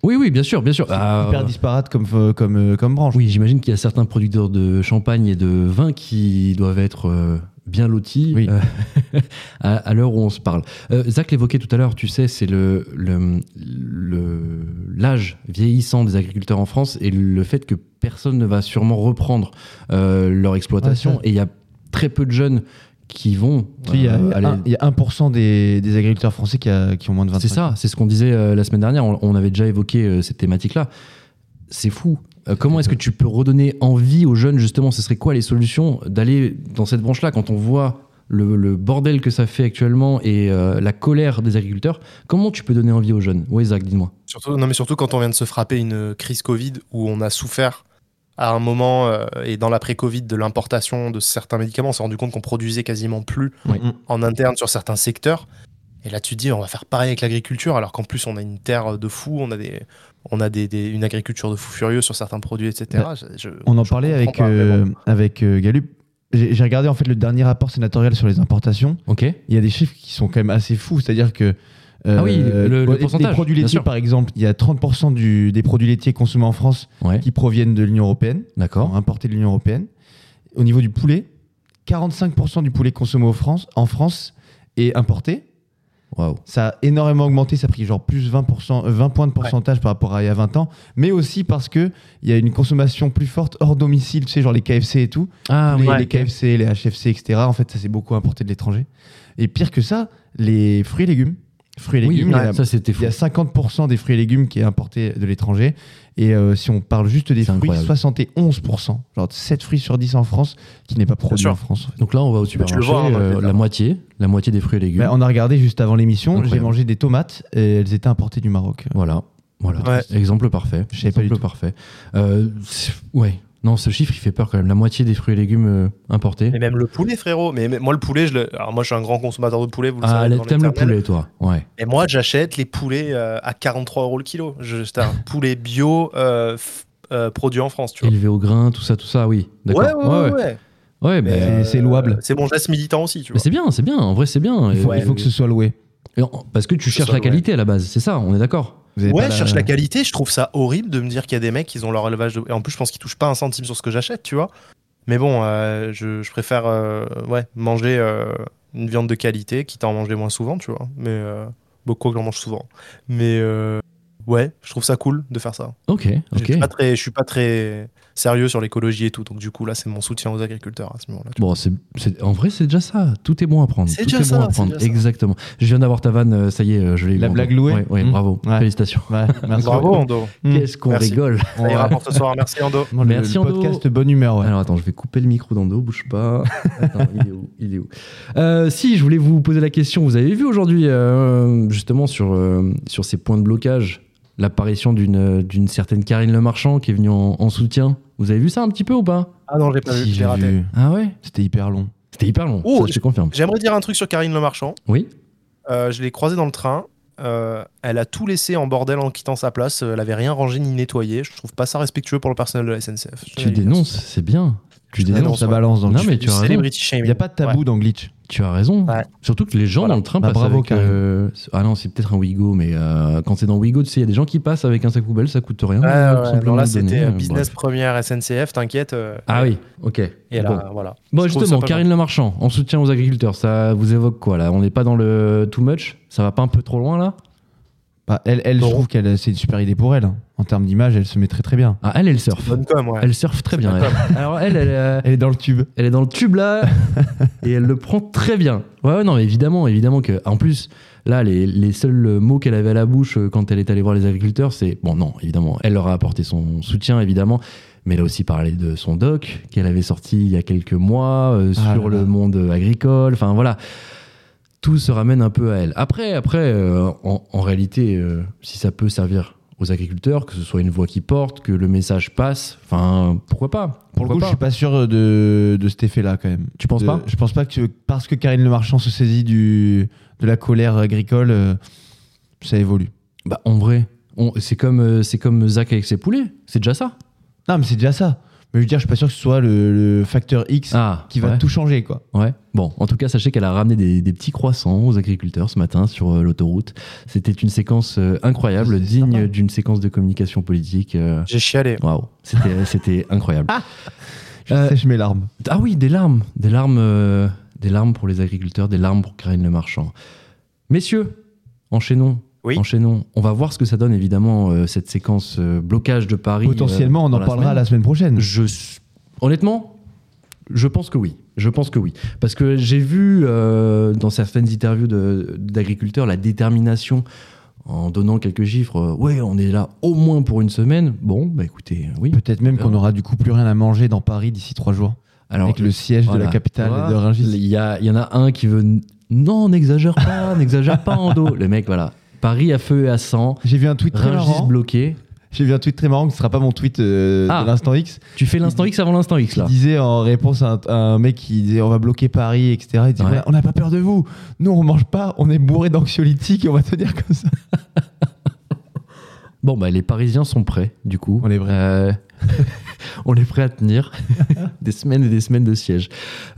A: Oui, oui, bien sûr, bien sûr.
B: C'est
A: Ah,
B: hyper disparate comme, euh, comme, euh, comme branche.
A: oui, j'imagine qu'il y a certains producteurs de champagne et de vin qui doivent être euh, bien lotis
B: Oui.
A: euh, à, à l'heure où on se parle. Euh, Zach l'évoquait tout à l'heure, tu sais, c'est le le- le- l'âge vieillissant des agriculteurs en France et le fait que personne ne va sûrement reprendre euh, leur exploitation.
B: Ouais,
A: et il y a très peu de jeunes qui vont
B: Tu sais, Il y, a,
A: euh, aller-
B: un- il y a 1% des, des agriculteurs français qui, a- qui ont moins de 25
A: C'est ça, c'est ce qu'on disait euh, la semaine dernière. On, on avait déjà évoqué euh, cette thématique-là. C'est fou. Euh, comment est-ce que tu peux redonner envie aux jeunes, justement Ce serait quoi les solutions d'aller dans cette branche-là quand on voit le, le bordel que ça fait actuellement et euh, la colère des agriculteurs Comment tu peux donner envie aux jeunes Oui, Zach, dis-moi.
C: Surtout, non, mais surtout quand on vient de se frapper une crise Covid où on a souffert à un moment euh, et dans l'après-Covid de l'importation de certains médicaments, on s'est rendu compte qu'on produisait quasiment plus
B: Oui.
A: Mmh.
C: en interne sur certains secteurs. Et là, tu te dis, on va faire pareil avec l'agriculture, alors qu'en plus, on a une terre de fou, on a, des, on a des, des- une agriculture de fou furieux sur certains produits, etc. Je- je-
B: On en
C: je
B: parlait
C: comprends
B: avec,
C: pas, mais bon.
B: euh, avec euh, Gallup. J'ai j'ai regardé en fait le dernier rapport sénatorial sur les importations.
A: Ok
B: Il y a des chiffres qui sont quand même assez fous. C'est-à-dire que. euh,
A: Ah oui, le- le
B: pour-
A: pourcentage,
B: Les produits
A: bien
B: laitiers,
A: sûr.
B: par exemple, il y a 30% du- des produits laitiers consommés en France
A: Ouais,
B: qui proviennent de l'Union européenne,
A: d'accord.
B: importés de l'Union européenne. Au niveau du poulet, 45% du poulet consommé en France, en France est importé.
A: Waouh.
B: Ça a énormément augmenté, ça a pris genre plus 20%, euh, 20 points de pourcentage par rapport à il y a 20 ans, mais aussi parce qu'il y a une consommation plus forte hors domicile, tu sais, genre les KFC et tout.
A: Ah
B: les,
A: oui,
C: ouais,
B: les
C: ok.
B: KFC, les HFC, etc. En fait, ça s'est beaucoup importé de l'étranger. Et pire que ça, les fruits et légumes. Fruits et
A: oui,
B: légumes, il, y a,
A: ça c'était
B: il
A: fou.
B: y a 50% des fruits et légumes qui est importé de l'étranger. Et euh, si on parle juste des
A: C'est
B: fruits,
A: incroyable.
B: 71%, genre 7 fruits sur 10 en France qui n'est pas produit
C: sûr.
B: en France. en fait.
A: Donc là, on va au
C: le
A: supermarché,
C: vois, hein, dans le
A: euh,
C: détail.
A: la moitié, la moitié des fruits et légumes.
B: Bah, on a regardé juste avant l'émission, j'ai
A: Incroyable.
B: mangé des tomates et elles étaient importées du Maroc.
A: Voilà, voilà.
C: Ouais.
A: Exemple parfait.
B: Je savais pas du
A: Exemple
B: tout.
A: parfait. Euh, c'est- ouais. Non, ce chiffre, il fait peur quand même. La moitié des fruits et légumes euh, importés.
C: Mais même le poulet, frérot. Mais, mais moi, le poulet, je le... alors moi, je suis un grand consommateur de poulet. Vous le
A: Ah,
C: savez,
A: là,
C: dans
A: t'aimes le
C: l'éternel.
A: poulet, toi. Ouais.
C: Et moi, j'achète les poulets euh, à 43 euros le kilo. Je- C'est un poulet bio euh, f- euh, produit en France, tu vois.
A: Élevé au grain, tout ça, tout ça, oui. D'accord.
C: Ouais, ouais, ouais. ouais.
A: Ouais,
C: Mais,
A: bah,
B: c'est- c'est louable.
C: C'est mon geste militant aussi, tu
A: mais
C: vois.
A: c'est bien, c'est bien. En vrai, c'est bien.
B: Il faut,
A: Et-
B: il faut que ce soit loué.
A: et en- Parce que tu
C: ce
A: cherches
C: soit
A: la qualité à la base, c'est ça, on est d'accord.
B: Vous avez
C: ouais,
B: pas
C: je cherche la qualité. Je trouve ça horrible de me dire qu'il y a des mecs qui ont leur élevage. De... Et en plus, je pense qu'ils touchent pas un centime sur ce que j'achète, tu vois. Mais bon, euh, je, je préfère euh, ouais, manger euh, une viande de qualité, quitte à en manger moins souvent, tu vois. Mais euh, bon, quoi que j'en mange souvent. Mais, euh, ouais, je trouve ça cool de faire ça.
A: Ok,
C: Je
A: ok.
C: suis pas très- je suis pas très sérieux sur l'écologie et tout, donc du coup là c'est mon soutien aux agriculteurs à ce moment-là.
A: Bon, c'est, c'est- en vrai, c'est déjà ça. Tout est bon à prendre.
C: C'est
A: Tout
C: déjà
A: est bon à
C: ça, c'est
A: prendre.
C: déjà ça.
A: Exactement. Je viens d'avoir ta vanne, euh, ça y est, euh, je l'ai eu
B: La
A: en-
B: blague louée
A: Ouais, ouais,
B: Mmh.
A: bravo.
B: Ouais.
A: Félicitations.
B: Ouais, merci.
C: Bravo Ando,
B: Mmh.
A: Qu'est-ce qu'on
C: Hmm. Merci.
A: rigole.
B: On
C: ça ira
B: va-
C: pour ce soir, merci Ando.
B: Le-
A: Merci,
B: le
A: Ando.
B: podcast bonne humeur. ouais.
A: Alors attends, je vais couper le micro d'Ando, bouge pas. Attends, il est où, il est où Euh, Si, je voulais vous poser la question. Vous avez vu aujourd'hui, euh, justement, sur, euh, sur ces points de blocage, l'apparition d'une, euh, d'une certaine Karine Lemarchand qui est venue en, en soutien. Vous avez vu ça un petit peu ou pas
C: Ah non, j'ai pas vu,
B: Si,
C: je
B: j'ai
C: l'ai raté.
B: vu.
A: Ah ouais
B: C'était hyper long.
A: C'était hyper long,
C: Oh,
A: ça je te confirme.
C: J'aimerais dire un truc sur Karine Le Marchand.
A: Oui
C: Euh, je l'ai croisée dans le train. Euh, elle a tout laissé en bordel en quittant sa place. Euh, Elle avait rien rangé ni nettoyé. Je trouve pas ça respectueux pour le personnel de la SNCF. Je tenais à
A: Tu
C: lui dire
A: dénonces, c'est bien. Tu
C: Ah
B: Ah non,
A: dénonces.
B: ça
C: ouais.
B: balance dans le
A: Non,
B: cul.
A: mais
C: ça.
A: tu as
C: Du
A: raison.
C: celebrity shaming.
B: Il n'y a pas de tabou dans Glitch.
A: Tu as raison.
C: Ouais.
A: Surtout que les gens dans le train
B: Bah,
A: passent
B: bravo,
A: avec.
B: Karim.
A: euh, Ah non, c'est peut-être un Wigo, mais euh, quand c'est dans Wigo, tu sais, il y a des gens qui passent avec un sac poubelle, ça coûte rien.
C: Ouais, ouais,
A: euh, tout
C: ouais.
A: simplement
C: Non, là,
A: de donner,
C: c'était
A: euh,
C: euh, business
A: bref.
C: première SNCF, t'inquiète. euh,
A: Ah oui, ok.
C: Et là,
A: bon.
C: voilà.
A: Bon,
C: Je trouve
A: justement,
C: ça pas gentil.
A: Karine Lemarchand, en soutien aux agriculteurs, ça vous évoque quoi là On n'est pas dans le too much Ça va pas un peu trop loin là
B: Bah, elle, elle je
C: Bon.
B: trouve qu'elle, c'est une super idée pour elle. hein. En termes d'image, elle se met très très bien.
A: Ah, elle, elle surfe.
C: Bonne com, ouais.
A: Elle surfe très bien. elle. Alors elle, elle, euh,
B: Elle est dans le tube.
A: Elle est dans le tube là et elle le prend très bien. Ouais, ouais, non, mais évidemment, évidemment que. En plus, là, les, les seuls mots qu'elle avait à la bouche euh, quand elle est allée voir les agriculteurs, c'est. Bon, non, évidemment, elle leur a apporté son soutien, évidemment. Mais elle a aussi parlé de son doc qu'elle avait sorti il y a quelques mois euh,
B: Ah
A: sur
B: là
A: le
B: là.
A: monde agricole. Enfin, voilà. Tout se ramène un peu à elle. Après, après euh, en, en réalité, euh, si ça peut servir aux agriculteurs, que ce soit une voix qui porte, que le message passe, enfin, pourquoi pas
B: Pour le
A: Pourquoi
B: coup,
A: pas
B: je suis pas sûr de, de cet effet-là quand même.
A: Tu penses
B: De-
A: pas
B: Je pense pas que parce que Karine Le Marchand se saisit du, de la colère agricole, euh, ça évolue.
A: Bah, en vrai, on- c'est comme, euh, c'est comme Zach avec ses poulets. C'est déjà ça.
B: Non, mais c'est déjà ça. Mais je veux dire, je suis pas sûr que ce soit le, le facteur X
A: Ah,
B: qui va
A: ouais,
B: tout changer, quoi.
A: ouais. Bon, en tout cas, sachez qu'elle a ramené des, des petits croissants aux agriculteurs ce matin sur euh, l'autoroute. C'était une séquence euh, incroyable,
B: C'est
A: digne
B: sympa.
A: d'une séquence de communication politique. euh,
C: J'ai chialé.
A: Waouh, c'était, euh, c'était incroyable. Ah,
B: Je
A: Euh,
B: sèche mes larmes.
A: oui, des larmes, des larmes, euh, des larmes pour les agriculteurs, des larmes pour Karine Le Marchand. Messieurs, enchaînons.
C: Oui.
A: Enchaînons. On va voir ce que ça donne évidemment euh, cette séquence euh, blocage de Paris. euh,
B: Potentiellement, on
A: dans
B: en
A: la
B: parlera
A: semaine.
B: la semaine prochaine.
A: Je s- honnêtement, je pense que oui. Je pense que oui, parce que j'ai vu euh, dans certaines interviews de- d'agriculteurs la détermination en donnant quelques chiffres. euh, ouais, on est là au moins pour une semaine. Bon, bah écoutez, euh, oui.
B: Peut-être même qu'on aura du coup plus rien à manger dans Paris d'ici trois jours.
A: Alors euh,
B: avec le siège
A: voilà.
B: de la capitale
A: Voilà.
B: de Rungis.
A: il y, a- il y en a un qui veut n- non, n'exagère pas, n'exagère pas en dos. Le mec, voilà, Paris à feu et à sang,
B: J'ai vu un tweet très
A: Rungis
B: marrant.
A: bloqué.
B: J'ai vu un tweet très marrant qui ne sera pas mon tweet euh,
A: Ah.
B: de l'instant X.
A: Tu fais l'instant X avant l'instant X
B: Qui
A: là.
B: disait en réponse à un, à un mec qui disait on va bloquer Paris, etc. Il disait,
A: Ouais.
B: voilà, on n'a pas peur de vous. Nous, on mange pas, on est bourré d'anxiolytiques et on va tenir comme ça.
A: Bon, bah, les Parisiens sont prêts, du coup.
B: On est prêts.
A: Euh, on est prêts à tenir des semaines et des semaines de siège.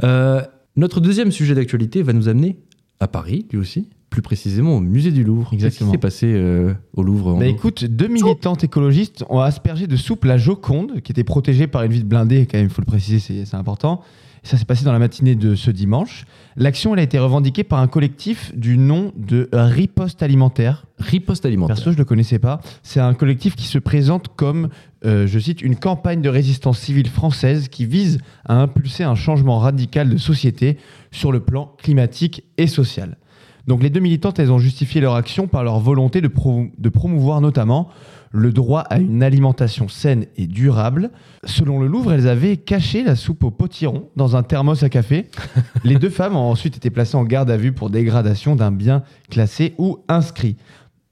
A: Euh, notre deuxième sujet d'actualité va nous amener à Paris, lui aussi, plus précisément au musée du Louvre.
B: Exactement.
A: Qu'est-ce qui s'est passé euh, au Louvre en
B: Bah
A: août
B: écoute, deux militantes écologistes ont aspergé de soupe la Joconde, qui était protégée par une ville blindée, quand même, il faut le préciser, c'est c'est important. Ça s'est passé dans la matinée de ce dimanche. L'action, elle a été revendiquée par un collectif du nom de Riposte Alimentaire.
A: Riposte alimentaire.
B: Perso, je le connaissais pas. C'est un collectif qui se présente comme, euh, je cite, une campagne de résistance civile française qui vise à impulser un changement radical de société sur le plan climatique et social. Donc les deux militantes, elles ont justifié leur action par leur volonté de, pro- de promouvoir notamment le droit à une alimentation saine et durable. Selon le Louvre, elles avaient caché la soupe au potiron dans un thermos à café. les deux femmes ont ensuite été placées en garde à vue pour dégradation d'un bien classé ou inscrit.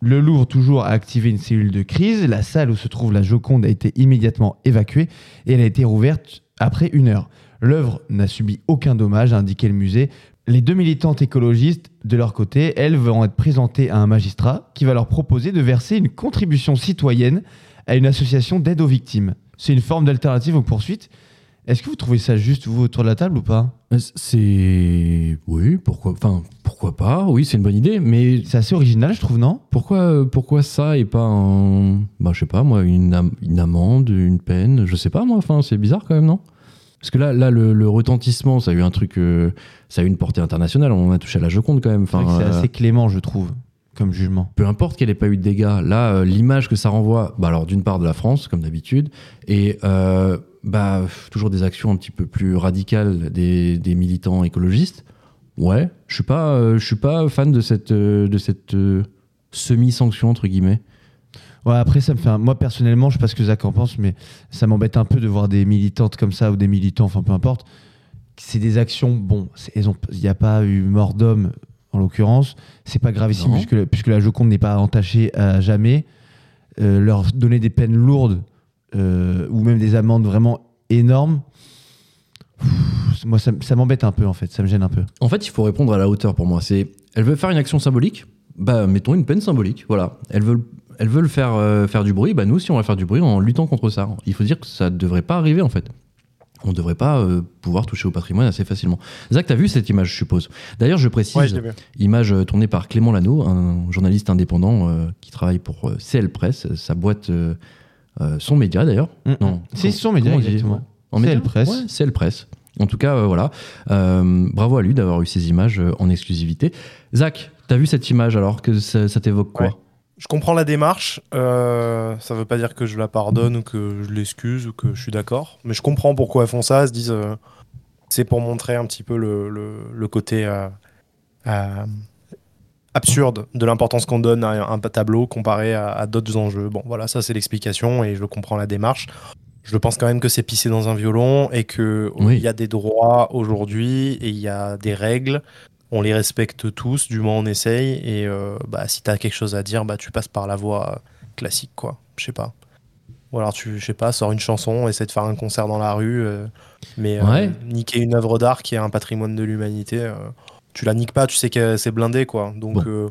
B: Le Louvre toujours a activé une cellule de crise. La salle où se trouve la Joconde a été immédiatement évacuée et elle a été rouverte après une heure. L'œuvre n'a subi aucun dommage, a indiqué le musée. Les deux militantes écologistes, de leur côté, elles vont être présentées à un magistrat qui va leur proposer de verser une contribution citoyenne à une association d'aide aux victimes. C'est une forme d'alternative aux poursuites. Est-ce que vous trouvez ça juste, vous, autour de la table ou pas
A: Euh, C'est. Oui, pourquoi, enfin, pourquoi pas Oui, c'est une bonne idée, mais
B: C'est assez original, je trouve, non
A: pourquoi, euh, pourquoi ça et pas un. Bah, je sais pas, moi, une, am- une amende, une peine, je sais pas, moi, enfin, c'est bizarre quand même, non Parce que là, là le, le retentissement, ça a eu un truc. euh, ça a eu une portée internationale, on a touché à la Joconde quand même.
B: C'est vrai
A: Enfin,
B: que c'est
A: euh,
B: assez clément, je trouve. comme jugement
A: peu importe qu'elle ait pas eu de dégâts, là, euh, l'image que ça renvoie, bah alors d'une part de la France, comme d'habitude, et euh, bah, pff, toujours des actions un petit peu plus radicales des, des militants écologistes. Ouais, je suis pas, euh, je suis pas fan de cette, euh, de cette euh, semi-sanction entre guillemets.
B: Ouais, après, ça me fait. un- Moi, personnellement, je sais pas ce que Zach en pense, mais ça m'embête un peu de voir des militantes comme ça ou des militants, enfin peu importe. C'est des actions, bon, c'est- elles ont- il n'y a pas eu mort d'homme en l'occurrence. C'est pas gravissime
A: Non.
B: puisque, puisque la Joconde n'est pas entachée à jamais. Euh, leur donner des peines lourdes euh, ou même des amendes vraiment énormes, pff, moi, ça, m- ça m'embête un peu en fait, ça me gêne un peu.
A: En fait, il faut répondre à la hauteur pour moi. C'est, elles veulent faire une action symbolique, bah mettons une peine symbolique. Voilà, elles veulent, elles veulent faire euh, faire du bruit, bah nous aussi on va faire du bruit en luttant contre ça. Il faut dire que ça devrait pas arriver en fait. On devrait pas euh, pouvoir toucher au patrimoine assez facilement. Zach, t'as vu cette image, je suppose. D'ailleurs, je précise.
C: Ouais, je l'ai vu.
A: Image euh, tournée par Clément Lano, un journaliste indépendant euh, qui travaille pour euh, CL Press, euh, sa boîte, euh, euh, son média d'ailleurs.
B: Mm,
A: Non.
B: C'est son média,
A: Comment on dit
B: exactement.
A: En
B: CL
A: média
B: Press.
A: Ouais, CL Press. En tout cas, euh, voilà. Euh, bravo à lui d'avoir eu ces images euh, en exclusivité. Zach, t'as vu cette image alors que ça, ça t'évoque quoi
C: Ouais. Je comprends la démarche. euh, ça veut pas dire que je la pardonne ou que je l'excuse ou que je suis d'accord. Mais je comprends pourquoi elles font ça. Elles se disent. euh, c'est pour montrer un petit peu le, le- le côté euh, euh, absurde de l'importance qu'on donne à un tableau comparé à, à d'autres enjeux. Bon, voilà, ça c'est l'explication et je comprends la démarche. Je pense quand même que c'est pissé dans un violon et que euh,
A: Oui.
C: il y a des droits aujourd'hui et il y a des règles. On les respecte tous, du moins on essaye. Et euh, bah, si t'as quelque chose à dire, bah, tu passes par la voie classique, quoi. Je sais pas. Ou alors tu, je sais pas, sors une chanson, essaie de faire un concert dans la rue. euh, mais euh,
A: Ouais.
C: niquer une œuvre d'art qui est un patrimoine de l'humanité, euh, tu la niques pas, tu sais que c'est blindé, quoi. Donc
A: Bon.
C: euh,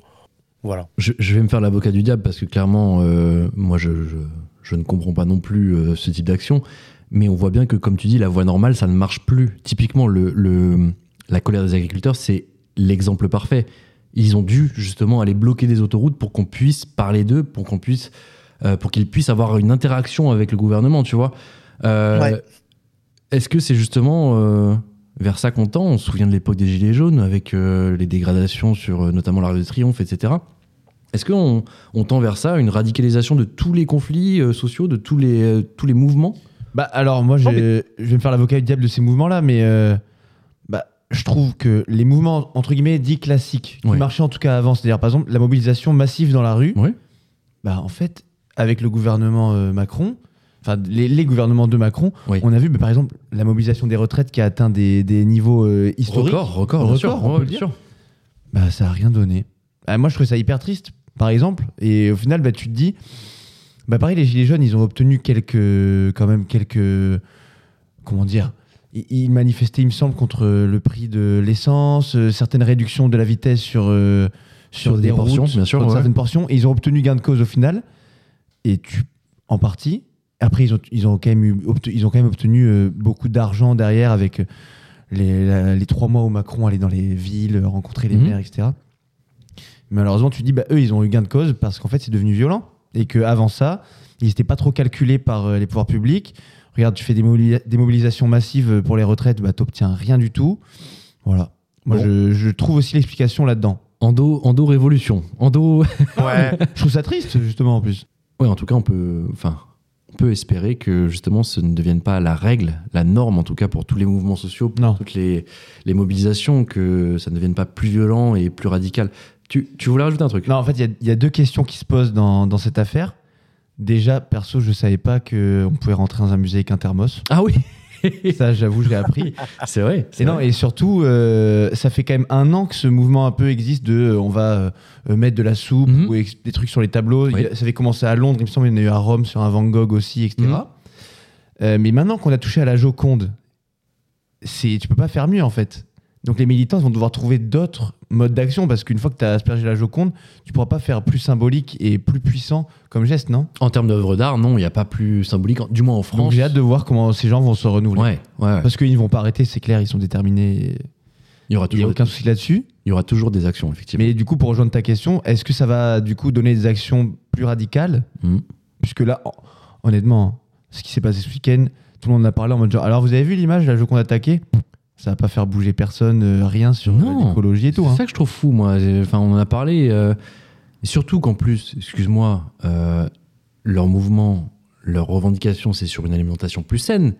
C: voilà.
A: je, je vais me faire l'avocat du diable parce que clairement, euh, moi, je, je- je ne comprends pas non plus euh, ce type d'action. Mais on voit bien que, comme tu dis, la voie normale, ça ne marche plus. Typiquement, le, le- la colère des agriculteurs, c'est l'exemple parfait. Ils ont dû justement aller bloquer des autoroutes pour qu'on puisse parler d'eux, pour qu'on puisse, euh, pour qu'ils puissent avoir une interaction avec le gouvernement, tu vois. Euh,
C: Ouais.
A: Est-ce que c'est justement euh, vers ça qu'on tend On se souvient de l'époque des Gilets jaunes avec euh, les dégradations sur euh, notamment l'Arc de Triomphe, etc. Est-ce qu'on on tend vers ça, une radicalisation de tous les conflits euh, sociaux, de tous les, euh, tous les mouvements
B: Bah alors moi
C: Non,
B: je, je vais me faire l'avocat du diable de ces mouvements-là, mais euh, bah, je trouve que les mouvements entre guillemets dits classiques qui
A: Ouais.
B: marchaient en tout cas avant, c'est-à-dire par exemple la mobilisation massive dans la rue,
A: Ouais.
B: bah en fait avec le gouvernement euh, Macron, enfin les, les gouvernements de Macron,
A: Oui.
B: on a vu bah, par exemple la mobilisation des retraites qui a atteint des, des niveaux euh, historiques,
A: Record, record, bien
B: Record,
A: sûr,
B: on
A: ouais,
B: peut le
A: bien
B: dire.
A: sûr.
B: bah ça a rien donné. Ah, moi je trouve ça hyper triste par exemple, et au final bah tu te dis Bah pareil, les Gilets jaunes, ils ont obtenu quelques, quand même quelques, comment dire, ils, ils manifestaient, il me semble, contre euh, le prix de l'essence, euh, certaines réductions de la vitesse sur, euh, sur,
A: Sur des
B: des,
A: portions,
B: routes,
A: bien sûr,
B: sur
A: ouais.
B: certaines portions, et ils ont obtenu gain de cause au final, et tu, en partie. Après, ils ont, ils ont, quand, même eu- obte- ils ont quand même obtenu euh, beaucoup d'argent derrière avec euh, les, la- les trois mois où Macron allait dans les villes, euh, rencontrer les
A: Mhm.
B: maires, etc. Malheureusement, tu dis, bah, eux, ils ont eu gain de cause parce qu'en fait, c'est devenu violent. Et qu'avant ça, ils n'étaient pas trop calculés par euh, les pouvoirs publics. Regarde, tu fais des, mobili- des mobilisations massives pour les retraites, bah, t'obtiens rien du tout. Voilà. Moi,
A: Bon.
B: je, je trouve aussi l'explication là-dedans.
A: Endo, Endo Révolution. Endo.
C: Ouais.
B: Je trouve ça triste, justement, en plus.
A: ouais, en tout cas, on peut, enfin, on peut espérer que justement ce ne devienne pas la règle, la norme en tout cas pour tous les mouvements sociaux, pour
B: Non.
A: toutes les, les mobilisations, que ça ne devienne pas plus violent et plus radical. Tu, tu voulais rajouter un truc
B: Non, en fait, il y a- il y, a deux questions qui se posent dans, dans cette affaire. Déjà, perso, je savais pas qu'on pouvait rentrer dans un musée avec un thermos.
A: Ah oui,
B: Ça, j'avoue, je l'ai appris.
A: Ah, c'est vrai. c'est
B: Et non,
A: vrai.
B: et surtout, euh, ça fait quand même un an que ce mouvement un peu existe de euh, on va euh, mettre de la soupe
A: Mhm.
B: ou ex- des trucs sur les tableaux.
A: Oui.
B: Il y a- Ça avait commencé à Londres, il me semble, il y en a eu à Rome sur un Van Gogh aussi, etc.
A: Mhm.
B: Euh, mais maintenant qu'on a touché à la Joconde, c'est tu peux pas faire mieux en fait. Donc les militants vont devoir trouver d'autres modes d'action parce qu'une fois que tu as aspergé la Joconde, tu pourras pas faire plus symbolique et plus puissant comme geste, non
A: En termes d'œuvres d'art, non, il n'y a pas plus symbolique, en- du moins en France.
B: Donc j'ai hâte de voir comment ces gens vont se renouveler.
A: Ouais, ouais, ouais.
B: Parce qu'ils vont pas arrêter, c'est clair, ils sont déterminés.
A: Il y aura
B: Il n'y a
A: toujours,
B: aucun souci là-dessus.
A: il y aura toujours des actions, effectivement.
B: Mais du coup, pour rejoindre ta question, est-ce que ça va du coup donner des actions plus radicales
A: Mhm.
B: Puisque là, hon- honnêtement, ce qui s'est passé ce week-end, tout le monde en a parlé en mode genre, alors vous avez vu l'image, là, jeu qu'on a attaqué Ça va pas faire bouger personne, euh, rien sur euh,
A: Non.
B: l'écologie et tout.
A: C'est
B: hein.
A: ça que je trouve fou, moi. Enfin, on en a parlé. euh, Et surtout qu'en plus, excuse-moi, euh, leur mouvement, leur revendication, c'est sur une alimentation plus saine.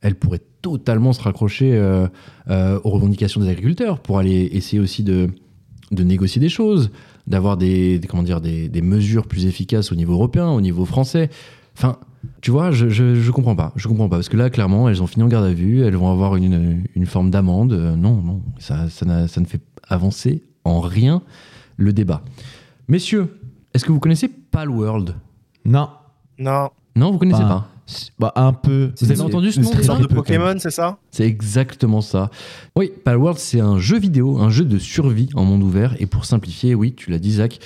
A: Elle pourrait totalement se raccrocher euh, euh, aux revendications des agriculteurs pour aller essayer aussi de, de négocier des choses, d'avoir des, des- comment dire des, des mesures plus efficaces au niveau européen, au niveau français. Enfin, tu vois, je, je, je comprends pas, je comprends pas parce que là, clairement, elles ont fini en garde à vue, elles vont avoir une, une forme d'amende. Euh, non, non, ça, ça, n'a- ça ne fait avancer en rien le débat. Messieurs, est-ce que vous connaissez Palworld
B: Non.
C: Non,
A: Non, vous connaissez
B: Pas-
A: pas.
B: C'est- bah, un peu.
A: Vous avez entendu ce nom,
B: Très
A: ça
C: sorte de
B: peu, quand même.
C: Pokémon, c'est ça
A: C'est exactement ça. Oui, Palworld, c'est un jeu vidéo, un jeu de survie en monde ouvert. Et pour simplifier, oui, tu l'as dit, Zach,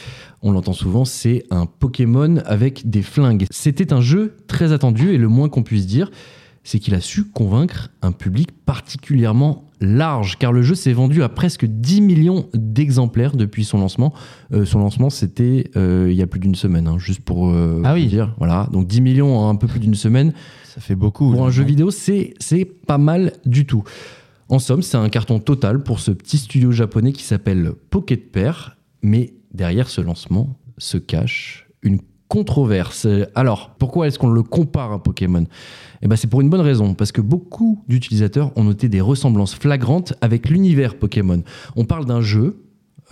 A: on l'entend souvent, c'est un Pokémon avec des flingues. C'était un jeu très attendu et le moins qu'on puisse dire, c'est qu'il a su convaincre un public particulièrement large, car le jeu s'est vendu à presque 10 millions d'exemplaires depuis son lancement. Euh, son lancement, c'était euh, il y a plus d'une semaine, hein, juste pour euh,
B: Ah
A: vous
B: oui.
A: dire. Voilà, donc 10 millions en un peu plus d'une semaine.
B: Ça fait beaucoup.
A: Pour
B: là.
A: un jeu vidéo, c'est c'est pas mal du tout. En somme, c'est un carton total pour ce petit studio japonais qui s'appelle Pocket Pair. Mais derrière ce lancement se cache une controverse. Alors, pourquoi est-ce qu'on le compare à Pokémon Eh ben, c'est pour une bonne raison, parce que beaucoup d'utilisateurs ont noté des ressemblances flagrantes avec l'univers Pokémon. On parle d'un jeu,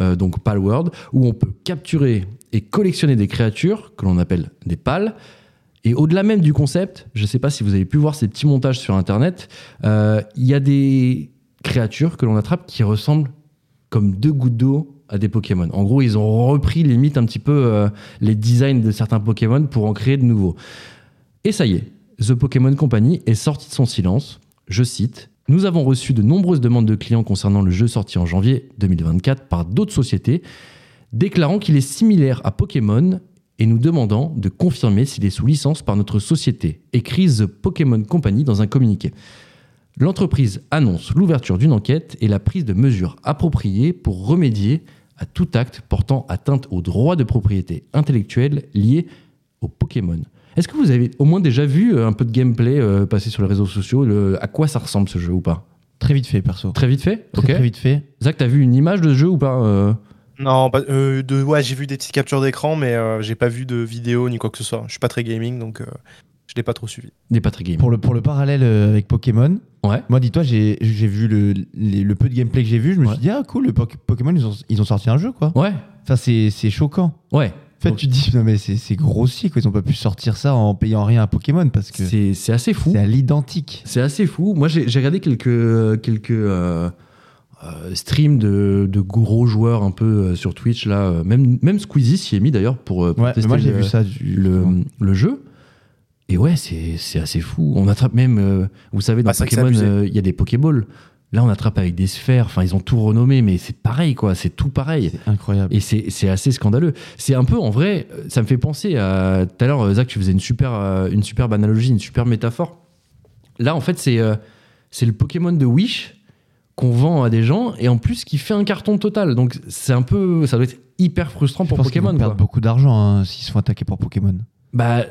A: euh, donc Palworld, où on peut capturer et collectionner des créatures que l'on appelle des pales. Et au-delà même du concept, je ne sais pas si vous avez pu voir ces petits montages sur Internet, euh, il y a des créatures que l'on attrape qui ressemblent comme deux gouttes d'eau à des Pokémon. En gros, ils ont repris limite un petit peu euh, les designs de certains Pokémon pour en créer de nouveaux. Et ça y est, The Pokémon Company est sorti de son silence. Je cite Nous avons reçu de nombreuses demandes de clients concernant le jeu sorti en janvier 2024 par d'autres sociétés, déclarant qu'il est similaire à Pokémon et nous demandant de confirmer s'il est sous licence par notre société, écrit The Pokémon Company dans un communiqué. L'entreprise annonce l'ouverture d'une enquête et la prise de mesures appropriées pour remédier à tout acte portant atteinte aux droits de propriété intellectuelle liés aux Pokémon. Est-ce que vous avez au moins déjà vu euh, un peu de gameplay euh, passer sur les réseaux sociaux le- À quoi ça ressemble ce jeu ou pas
B: Très vite fait, perso.
A: Très vite fait
B: Très,
A: Ok.
B: très vite fait.
A: Zach, t'as vu une image de ce jeu ou pas euh
C: Non, pas- euh, de, ouais, j'ai vu des petites captures d'écran, mais euh, j'ai pas vu de vidéo ni quoi que ce soit. Je suis pas très gaming, donc euh, je l'ai pas trop suivi.
A: Des Patrick Games.
B: Pour le, pour le parallèle euh, avec Pokémon,
A: Ouais.
B: moi, dis-toi, j'ai j'ai vu le, les- le peu de gameplay que j'ai vu, je me
A: Ouais.
B: suis dit, ah cool, le Pok- Pokémon, ils ont, ils ont sorti un jeu, quoi.
A: Ouais,
B: Enfin, c'est c'est choquant.
A: ouais.
B: En fait,
A: Donc,
B: tu te dis, non, mais c'est c'est grossier, quoi. Ils ont pas pu sortir ça en payant rien à Pokémon parce que
A: c'est c'est assez fou.
B: c'est à l'identique.
A: C'est assez fou. Moi, j'ai j'ai regardé quelques, quelques euh, euh, streams de, de gros joueurs un peu euh, sur Twitch. Là. Euh, Même, même Squeezie s'y est mis d'ailleurs pour, euh, pour
B: Ouais, mais
A: tester
B: moi, j'ai
A: le,
B: vu ça. du-
A: le, le jeu. Et ouais, c'est c'est assez fou. On attrape même, euh, vous savez, dans
C: Ah, c'est vrai que
A: Pokémon, euh,
C: c'est
A: il y a des Pokéballs. Là, on attrape avec des sphères. Enfin, ils ont tout renommé, mais c'est pareil, quoi. C'est tout pareil.
B: C'est incroyable.
A: Et c'est c'est assez scandaleux. C'est un peu, en vrai, euh, ça me fait penser à. Tout à l'heure, euh, Zach, tu faisais une super, euh, une superbe analogie, une super métaphore. Là, en fait, c'est euh, c'est le Pokémon de Wish qu'on vend à des gens et en plus qui fait un carton total. Donc, c'est un peu. Ça doit être hyper frustrant
B: Je
A: pour
B: pense qu'ils
A: Pokémon,
B: vont perdre
A: quoi.
B: beaucoup d'argent hein, s'ils se font attaquer pour Pokémon.
A: Bah,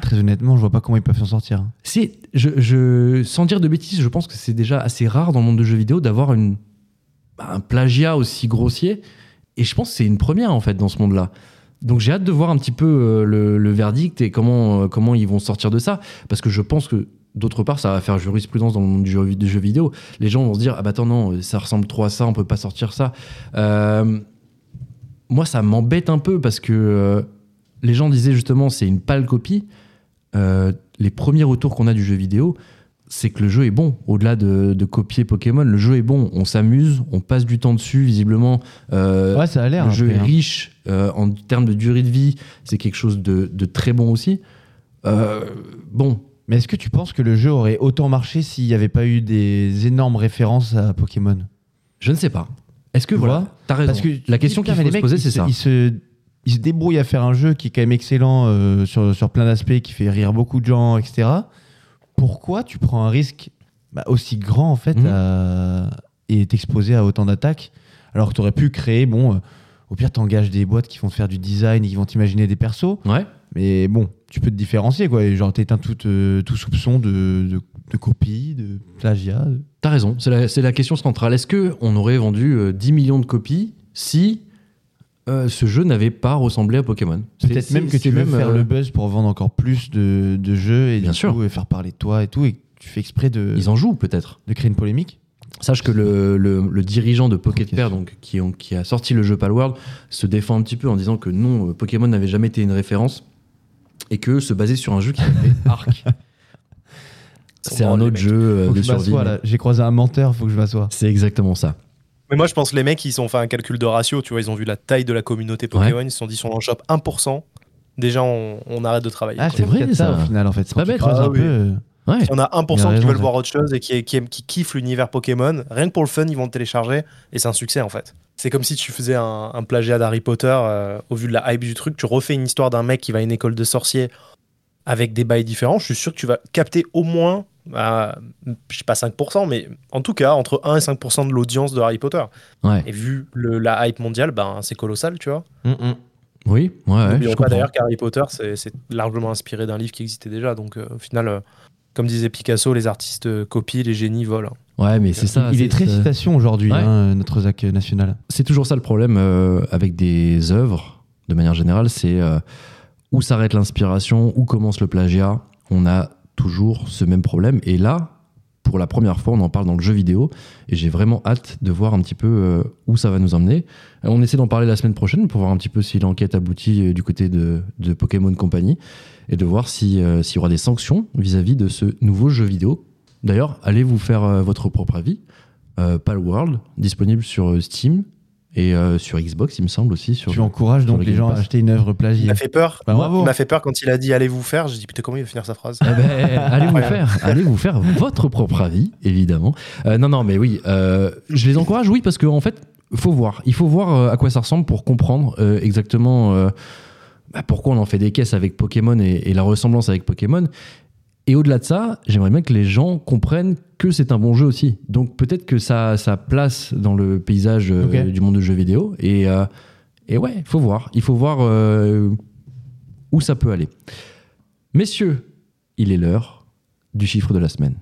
B: Très honnêtement, je vois pas comment ils peuvent s'en sortir. hein.
A: c'est. Je, je- sans dire de bêtises, je pense que c'est déjà assez rare dans le monde de jeux vidéo d'avoir une bah, un plagiat aussi grossier. Et je pense que c'est une première, en fait, dans ce monde-là. Donc j'ai hâte de voir un petit peu euh, le, le verdict et comment, euh, comment ils vont sortir de ça. Parce que je pense que, d'autre part, ça va faire jurisprudence dans le monde du jeu, du jeu vidéo. Les gens vont se dire, ah bah attends, non, ça ressemble trop à ça, on peut pas sortir ça. Euh, moi, ça m'embête un peu parce que euh, les gens disaient justement, c'est une pâle copie. Euh, les premiers retours qu'on a du jeu vidéo, c'est que le jeu est bon. Au-delà de, de copier Pokémon, le jeu est bon. On s'amuse, on passe du temps dessus, visiblement. Euh,
B: ouais, ça a l'air.
A: le jeu
B: après,
A: est
B: hein.
A: riche euh, en termes de durée de vie, c'est quelque chose de, de très bon aussi. Euh, bon,
B: Mais est-ce que tu penses que le jeu aurait autant marché s'il n'y avait pas eu des énormes références à Pokémon
A: je ne sais pas. Est-ce que
B: Tu
A: voilà,
B: vois
A: t'as raison. la question qu'il
B: Putain,
A: faut
B: mais les
A: se
B: mecs,
A: poser,
B: ils
A: c'est
B: se-
A: ça.
B: Ils se, ils se débrouillent à faire un jeu qui est quand même excellent euh, sur, sur plein d'aspects, qui fait rire beaucoup de gens, etc. Pourquoi tu prends un risque bah, aussi grand, en fait,
A: Mhm.
B: à- et t'exposer à autant d'attaques, alors que tu aurais pu créer, bon, euh, au pire, t'engages des boîtes qui vont te faire du design et qui vont t'imaginer des persos,
A: Ouais,
B: mais bon, tu peux te différencier, quoi. Et genre, t'éteins tout, euh, tout soupçon de, de, de copie, de plagiat. de-
A: t'as raison. C'est la, c'est la question centrale. Est-ce que on aurait vendu euh, 10 millions de copies si euh, ce jeu n'avait pas ressemblé à Pokémon.
B: Peut-être
A: C'est-
B: même que
A: c'est-
B: tu
A: c'est
B: veux faire
A: euh,
B: le buzz pour vendre encore plus de, de jeux et
A: Bien
B: du
A: sûr.
B: coup, et faire parler de toi et tout, et tu fais exprès de,
A: Ils en jouent peut-être.
B: de créer une polémique.
A: Sache que le, le- le dirigeant de Pocket
B: Question.
A: Pair, donc, qui, ont- qui a sorti le jeu Palworld, se défend un petit peu en disant que non, euh, Pokémon n'avait jamais été une référence et que se baser sur un jeu qui s'appelait
B: Oh,
A: Ark. C'est
C: Bon,
A: un
C: les
A: autre
C: mecs.
A: jeu euh,
B: Faut que
A: de
B: je
A: survie.
B: m'assoie là. J'ai croisé un menteur, faut que je m'assoie.
A: C'est exactement ça.
C: Mais moi, je pense que les mecs, ils ont fait un calcul de ratio. Tu vois, ils ont vu la taille de la communauté Pokémon. Ils se sont dit, si on en chope 1%, déjà, on, on arrête de travailler.
B: Ah,
C: quoi.
A: c'est
B: c'est
A: vrai,
B: vrai
A: ça.
B: ça au final en fait. C'est
A: pas bête.
C: Ah
B: un
C: oui.
B: peu. euh,
A: Ouais.
C: Si on a 1%
B: Il a
C: qui
B: raison,
C: veulent
B: ça.
C: voir autre chose et qui, qui, aiment- qui kiffent l'univers Pokémon, rien que pour le fun, ils vont le télécharger et c'est un succès en fait. C'est comme si tu faisais un, un plagiat d'Harry Potter euh, au vu de la hype du truc, tu refais une histoire d'un mec qui va à une école de sorciers avec des bails différents, je suis sûr que tu vas capter au moins, bah, je sais pas 5%, mais en tout cas entre 1 et 5% de l'audience de Harry Potter.
A: Ouais.
C: Et vu le- la hype mondiale, ben, c'est colossal, tu vois.
A: Mm, Oui, ouais, ouais, je
C: N'oublions pas
A: comprends.
C: d'ailleurs qu'Harry Potter, c'est c'est largement inspiré d'un livre qui existait déjà, donc euh, au final... euh, comme disait Picasso, les artistes euh, copient, les génies volent.
A: Ouais, mais c'est ça.
B: Il est,
A: c'est-
B: très
A: c'est-
B: citation aujourd'hui,
A: Ouais.
B: hein, notre Zach national.
A: C'est toujours ça le problème euh, avec des œuvres, de manière générale, c'est euh, où s'arrête l'inspiration, où commence le plagiat. On a toujours ce même problème. Et là, pour la première fois, on en parle dans le jeu vidéo, et j'ai vraiment hâte de voir un petit peu euh, où ça va nous emmener. Euh, On essaie d'en parler la semaine prochaine pour voir un petit peu si l'enquête aboutit euh, du côté de, de Pokémon Company, et de voir si, euh, s'il y aura des sanctions vis-à-vis de ce nouveau jeu vidéo. D'ailleurs, allez vous faire euh, votre propre avis. Euh, Palworld, disponible sur euh, Steam et euh, sur Xbox, il me semble aussi. Sur...
B: Tu encourages donc
A: sur le
B: les
A: Game
B: gens à
A: Pass.
B: acheter une œuvre
C: Il
B: plagiée.
C: m'a fait
A: Ah
C: peur.
B: Bah, bravo.
C: Il m'a fait peur quand il a dit allez vous faire. J'ai dit putain comment il va finir sa phrase.
A: Eh ben, allez vous faire, allez vous faire votre propre avis, évidemment. Euh, non, non, mais oui, euh, je les encourage, oui, parce qu'en en fait, faut voir. Il faut voir euh, à quoi ça ressemble pour comprendre euh, exactement euh, bah, pourquoi on en fait des caisses avec Pokémon et, et la ressemblance avec Pokémon. Et au-delà de ça, j'aimerais bien que les gens comprennent que c'est un bon jeu aussi. Donc peut-être que ça, ça place dans le paysage euh,
B: Ok.
A: du monde du jeu vidéo. Et, euh, et ouais, faut voir. Il faut voir euh, où ça peut aller. Messieurs, il est l'heure du chiffre de la semaine.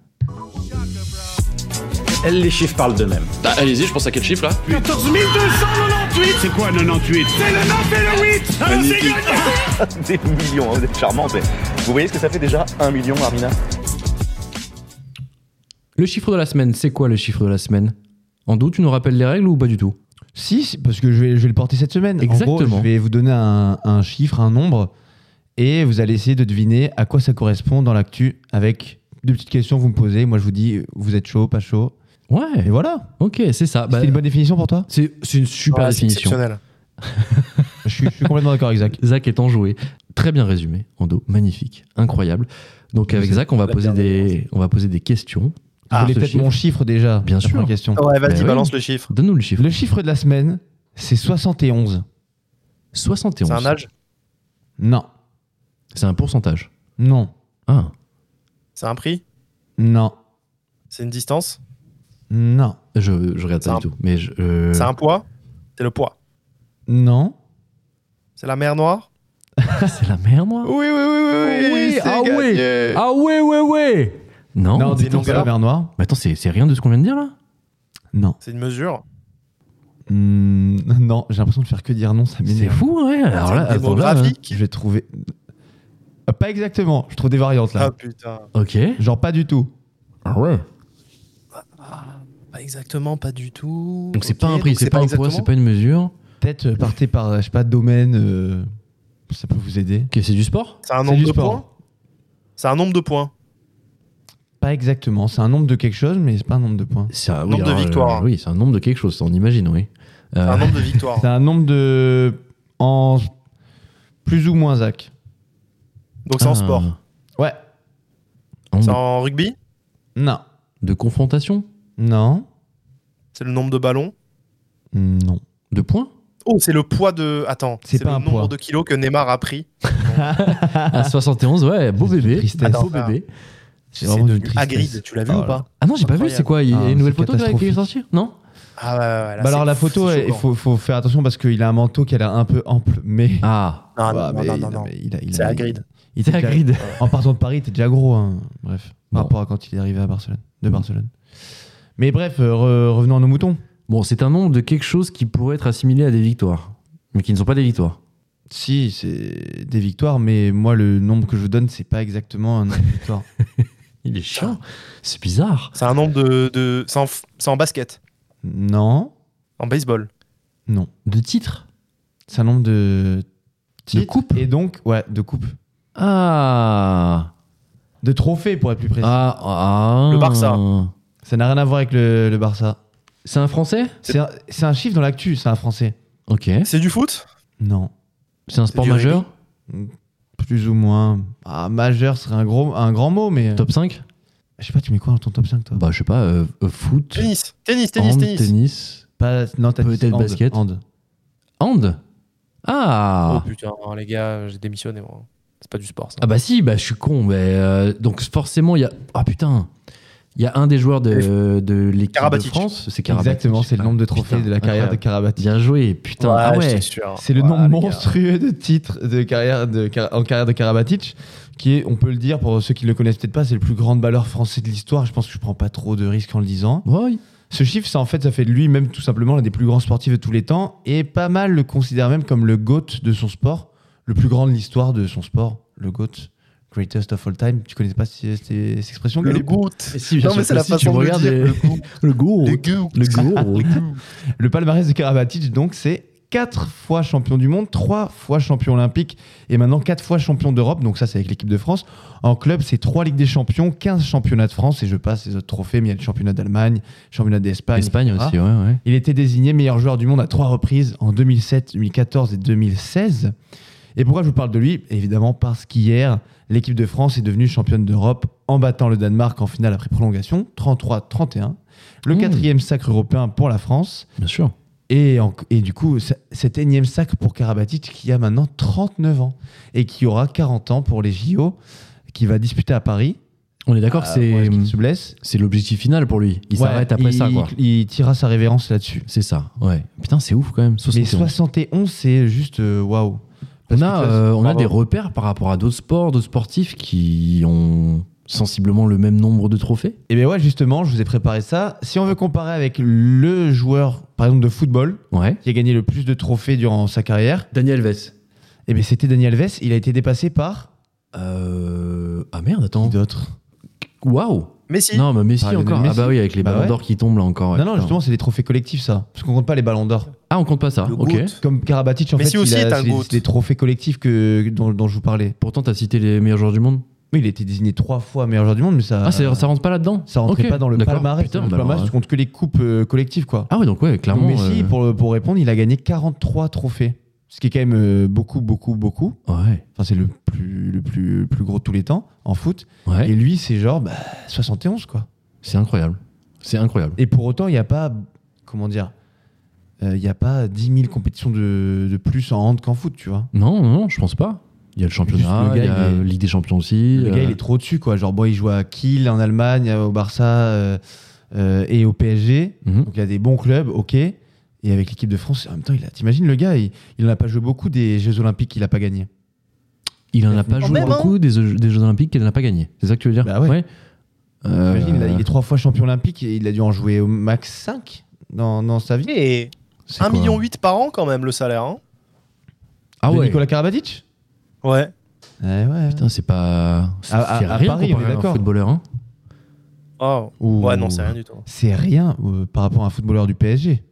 D: Elle, les chiffres parlent d'eux-mêmes.
E: Bah, allez-y, je pense à quel chiffre là
F: 14 298 C'est quoi 98 C'est le 9 et le 8 Alors c'est gagné
D: Des millions, hein, vous êtes charmants, mais vous voyez ce que ça fait déjà Un million, Armina
A: Le chiffre de la semaine, c'est quoi le chiffre de la semaine Ando, tu nous rappelles les règles ou pas du tout
B: Si, si, parce que je vais, je vais le porter cette semaine. En gros,
A: Exactement.
B: je vais vous donner un, un chiffre, un nombre, et vous allez essayer de deviner à quoi ça correspond dans l'actu avec deux petites questions que vous me posez. Moi, je vous dis, vous êtes chaud, pas chaud. Et
A: Ouais,
B: voilà.
A: ok, c'est ça. Bah,
B: C'est une bonne définition pour toi
A: c'est c'est une super
C: Ah, c'est
A: définition.
C: exceptionnel.
B: je, suis, je suis complètement d'accord avec Zach.
A: Zach est enjoué. Très bien résumé, Ando, magnifique, incroyable. Donc
B: Je
A: avec
B: sais
A: Zach, on va,
C: la
A: poser
C: dernière
A: des, on va poser des questions.
B: Vous
A: Ah,
B: voulez
A: ce
B: peut-être
A: chiffre.
B: mon chiffre déjà
A: Bien
B: la
A: sûr.
B: première question.
C: Ouais, vas-y,
A: Bah oui.
C: balance le chiffre.
A: Donne-nous le chiffre.
B: Le chiffre de la semaine, c'est 71.
A: 71.
C: C'est un âge
B: Non.
A: C'est un pourcentage.
B: Non.
A: Ah,
C: C'est un prix
B: Non.
C: C'est une distance
B: Non.
A: je, je regarde
C: C'est
A: pas
C: un-
A: du tout. Mais je, euh,
C: C'est un poids C'est le poids.
B: Non.
C: C'est la mer Noire
A: c'est la merde, moi
B: Oui, oui, oui,
A: ah ouais Ah ouais, ouais, ouais Non,
B: Non,
A: mais
B: dis donc, c'est la mer Noire.
A: attends, c'est c'est rien de ce qu'on vient de dire là
B: Non.
C: C'est une mesure
B: Hmm, non, j'ai l'impression de faire que dire non, ça
A: C'est
B: m'énerve.
A: fou, ouais. Alors
C: C'est
A: là,
B: Ah,
C: une
A: attends, là, hein.
C: démographie
B: Je vais trouver. Ah, Pas exactement, je trouve des variantes
C: Ah
B: là.
C: putain.
A: Ok.
B: Genre pas du tout.
A: Ah ouais.
C: Pas exactement, pas du tout.
A: Donc c'est
C: Ok,
A: pas un prix,
C: donc
A: c'est pas, un poids,
C: exactement.
A: c'est pas une mesure.
B: Peut-être euh, partez par, euh, je sais pas, domaine. euh, ça peut vous aider.
A: Ok, c'est du sport
C: C'est un
B: C'est
C: nombre
B: du
C: de
B: sport.
C: points C'est un nombre de points.
B: Pas exactement, c'est un nombre de quelque chose, mais c'est pas un nombre de points.
A: C'est un
C: Nombre de
A: alors,
C: victoires. hein.
A: euh, oui, c'est un nombre de quelque chose, ça, on imagine, oui.
C: C'est
A: Euh,
C: un nombre de victoires.
B: C'est un nombre de. En. Plus ou moins, Zach.
C: Donc c'est en
A: ah,
C: sport.
B: Ouais.
A: nombre
C: C'est en rugby
B: Non.
A: De confrontation
B: Non.
C: C'est le nombre de ballons
B: Non.
A: De points
C: Oh, c'est le poids de. Attends,
B: C'est
C: c'est le
B: pas un
C: nombre
B: poids.
C: de kilos que Neymar a pris.
A: À 71, ouais, beau
B: C'est une
A: bébé. Ah,
B: tristesse.
A: beau
C: Attends,
A: bébé.
B: C'est
C: C'est
B: vraiment une
C: devenu
B: tristesse.
C: Hagrid, tu l'as vu
B: Oh
C: ou
B: là
C: pas
B: là.
A: Ah non, j'ai pas vu,
C: Incroyable.
A: c'est quoi Il y a
B: Ah,
A: une nouvelle
B: c'est
A: photo qui est
B: catastrophique.
A: sortie Non
C: Ah ouais, ouais, ouais, là,
B: Bah alors
C: c'est-
B: la photo,
C: c'est
B: il
C: choquant.
B: faut, faut faire attention parce qu'il a un manteau qui a l'air un peu ample, mais.
A: Ah,
C: Non,
B: Ouais,
C: non,
B: mais
C: non,
B: il-
C: non, non.
B: mais il a- il
C: C'est
B: a-
C: Hagrid.
B: il
A: c'est
B: était déjà-
A: Hagrid.
B: En partant de Paris, t'es déjà gros. hein. Bref,
A: Bon.
B: par rapport à quand il est arrivé à Barcelone, de Barcelone. Mais bref, euh, re- revenons à nos moutons.
A: Bon, c'est un nombre de quelque chose qui pourrait être assimilé à des victoires. mais qui ne sont pas des victoires.
B: Si, c'est des victoires, mais moi, le nombre que je vous donne, c'est pas exactement un nombre de victoires.
A: Il est chiant. C'est bizarre.
C: C'est un nombre de. de- c'est, en, f- c'est en basket,
B: Non,
C: en baseball.
B: non.
A: De titres
B: C'est un nombre de titres.
A: coupes
B: Et donc, ouais, de coupes.
A: Ah.
B: De trophées, pour être plus précis.
A: Ah, ah.
C: Le Barça.
B: Ça n'a rien à voir avec le, le Barça.
A: C'est un Français
B: C'est un, c'est un chiffre dans l'actu, c'est un français.
A: Ok.
C: C'est du foot
B: Non.
A: C'est un sport
C: du rugby.
A: majeur
B: Plus ou moins. Ah, majeur serait un, gros, un grand mot, mais.
A: Top 5
B: Je sais pas, tu mets quoi dans ton top 5, toi
A: Bah, je sais pas, euh, euh, foot,
C: Tennis, tennis, tennis,
A: hand,
C: tennis.
A: tennis.
B: Pas, non, t'as dit
A: Peut-être
B: hand,
A: basket.
B: hand.
A: Hand
C: Oh
A: Ah
C: putain, hein, les gars, j'ai démissionné. moi. C'est pas du sport, ça.
A: Ah bah si, bah je suis con. Mais euh, donc forcément, il y a... Ah putain Il y a un des joueurs de, de l'équipe de
C: Karabatic.
A: France. C'est Karabatic.
B: Euh, Exactement, c'est le nombre de trophées
A: Putain,
B: de la carrière de
A: incroyable.
B: Karabatic.
A: Bien joué, putain.
C: Ouais,
A: ah ouais
C: j'étais sûr.
B: C'est le
C: Ouais,
B: nombre
C: les gars.
B: monstrueux de titres de carrière de, car- en carrière de Karabatic, qui est, on peut le dire pour ceux qui ne le connaissent peut-être pas, c'est le plus grand balleur français de l'histoire. Je pense que je prends pas trop de risques en le disant.
A: Ouais,
B: Ce chiffre, ça en fait, ça fait de lui même tout simplement l'un des plus grands sportifs de tous les temps, et pas mal le considère même comme le GOAT de son sport, le plus grand de l'histoire de son sport, le GOAT, greatest of all time. Tu connais pas si- cette cette expression
C: Le
B: Caleb
C: goutte.
A: Et si, bien
C: Non, mais
A: sûr
C: c'est
A: que
C: la
A: si, tu
C: façon
A: me
C: de le
A: regardes
C: dire.
A: et-
C: Le goût.
A: Le go
C: Le goût.
A: Le go
B: Le palmarès de Karabatic, donc, c'est 4 fois champion du monde, 3 fois champion olympique et maintenant 4 fois champion d'Europe. Donc, ça, c'est avec l'équipe de France. En club, c'est 3 Ligues des Champions, 15 championnats de France et je passe les autres trophées. Mais il y a le championnat d'Allemagne, le championnat d'Espagne.
A: Espagne
B: etc.
A: aussi, ouais, ouais.
B: Il était désigné meilleur joueur du monde à trois reprises en 2007, 2014 et 2016. Et pourquoi je vous parle de lui Évidemment parce qu'hier, l'équipe de France est devenue championne d'Europe en battant le Danemark en finale après prolongation, 33-31. Le
A: Mmh.
B: quatrième sacre européen pour la France.
A: Bien sûr.
B: Et, en- et du coup, c- cet énième sacre pour Karabatic qui a maintenant 39 ans et qui aura 40 ans pour les JO, qui va disputer à Paris.
A: On est d'accord que
B: Euh,
A: c'est,
B: pour qu'il se blesse.
A: c'est l'objectif final pour lui. Il
B: Ouais,
A: s'arrête après ça,
B: il-
A: quoi.
B: Il tirera sa révérence là-dessus.
A: C'est ça, ouais. Putain, c'est ouf quand même.
B: Mais
A: 71.
B: 71, c'est juste euh, waouh. Parce
A: On
B: que
A: a,
B: tu vois,
A: euh, on a
B: bravo.
A: des repères par rapport à d'autres sports, d'autres sportifs qui ont sensiblement le même nombre de trophées.
B: Et Eh bien ouais, justement, je vous ai préparé ça. Si on veut comparer avec le joueur, par exemple, de football,
A: Ouais.
B: qui a gagné le plus de trophées durant sa carrière,
A: Daniel Vess.
B: et bien c'était Daniel Vess. Il a été dépassé par.
A: Euh... Ah merde, attends.
B: d'autres
A: Waouh
C: Messi.
A: Non, mais Messi
B: Ah, Lionel
A: encore. Ah
B: Messi.
A: bah oui, avec les
B: Bah
A: ballons
B: ouais.
A: d'or qui tombent là encore. ouais,
B: Non, non,
A: putain.
B: justement, c'est des trophées collectifs, ça. Parce qu'on compte pas les ballons d'or.
A: Ah, on compte pas ça.
C: Le
A: ok.
C: goat.
B: Comme Karabatic, en
C: Mais
B: fait,
C: si aussi
B: il a-
C: est un
B: c'est des-
C: goat.
B: c'est des trophées collectifs que, dont, dont je vous parlais.
A: Pourtant, t'as cité les meilleurs joueurs du monde.
B: Oui, il a été désigné trois fois meilleur joueur du monde, mais ça.
A: Ah, c'est- ça rentre pas là-dedans
B: Bah, ça rentrait
A: Ok,
B: pas dans le
A: d'accord.
B: palmarès.
A: Putain,
B: dans le
A: bah
B: palmarès,
A: alors,
B: tu comptes que les coupes euh, collectives, quoi.
A: Ah ouais, donc ouais, clairement.
B: Donc Messi,
A: euh,
B: pour, pour répondre, il a gagné 43 trophées. Ce qui est quand même euh, beaucoup, beaucoup, beaucoup.
A: Ouais.
B: Enfin, c'est le plus, le plus, le plus gros de tous les temps en foot.
A: Ouais.
B: Et lui, c'est genre bah, 71, quoi.
A: C'est incroyable. C'est incroyable.
B: Et pour autant, il n'y a pas, comment dire, euh, il n'y a pas 10 000 compétitions de, de plus en hand qu'en foot, tu vois.
A: Non, non, non, je pense pas. Il y a le championnat,
B: Juste, le
A: il y
B: gars,
A: a
B: il est-
A: Ligue des Champions aussi.
B: Le gars,
A: euh,
B: il est trop au-dessus, quoi. Genre, bon, il joue à Kiel en Allemagne, au Barça euh, euh, et au PSG.
A: Mhm.
B: Donc il y a des bons clubs, ok. Et avec l'équipe de France, en même temps, il a- t'imagines le gars, il n'en a pas joué beaucoup des Jeux Olympiques qu'il n'a pas gagné.
A: Il en a pas
C: Quand
A: joué
C: même,
A: beaucoup des, Jeux- des Jeux Olympiques qu'il n'a pas gagné. C'est ça que tu veux dire
B: Bah ouais.
A: Euh,
B: T'imagines, il, a- il est trois fois champion olympique et il a dû en jouer au max 5 dans, dans sa vie.
C: Et
A: c'est
C: 1,8
A: quoi
C: million par an, quand même, le salaire. hein.
A: Ah
B: De
A: ouais.
B: Nicolas Karabatic
C: Ouais.
B: Eh ouais.
A: Putain, c'est pas. C'est
B: À- à-
A: c'est
B: à
A: rien
B: Paris, on est
A: comparé à un
B: d'accord.
A: footballeur. hein.
C: Oh.
B: Ouh.
C: Ouais, non, c'est rien du tout.
B: C'est rien euh, par rapport à un footballeur du PSG.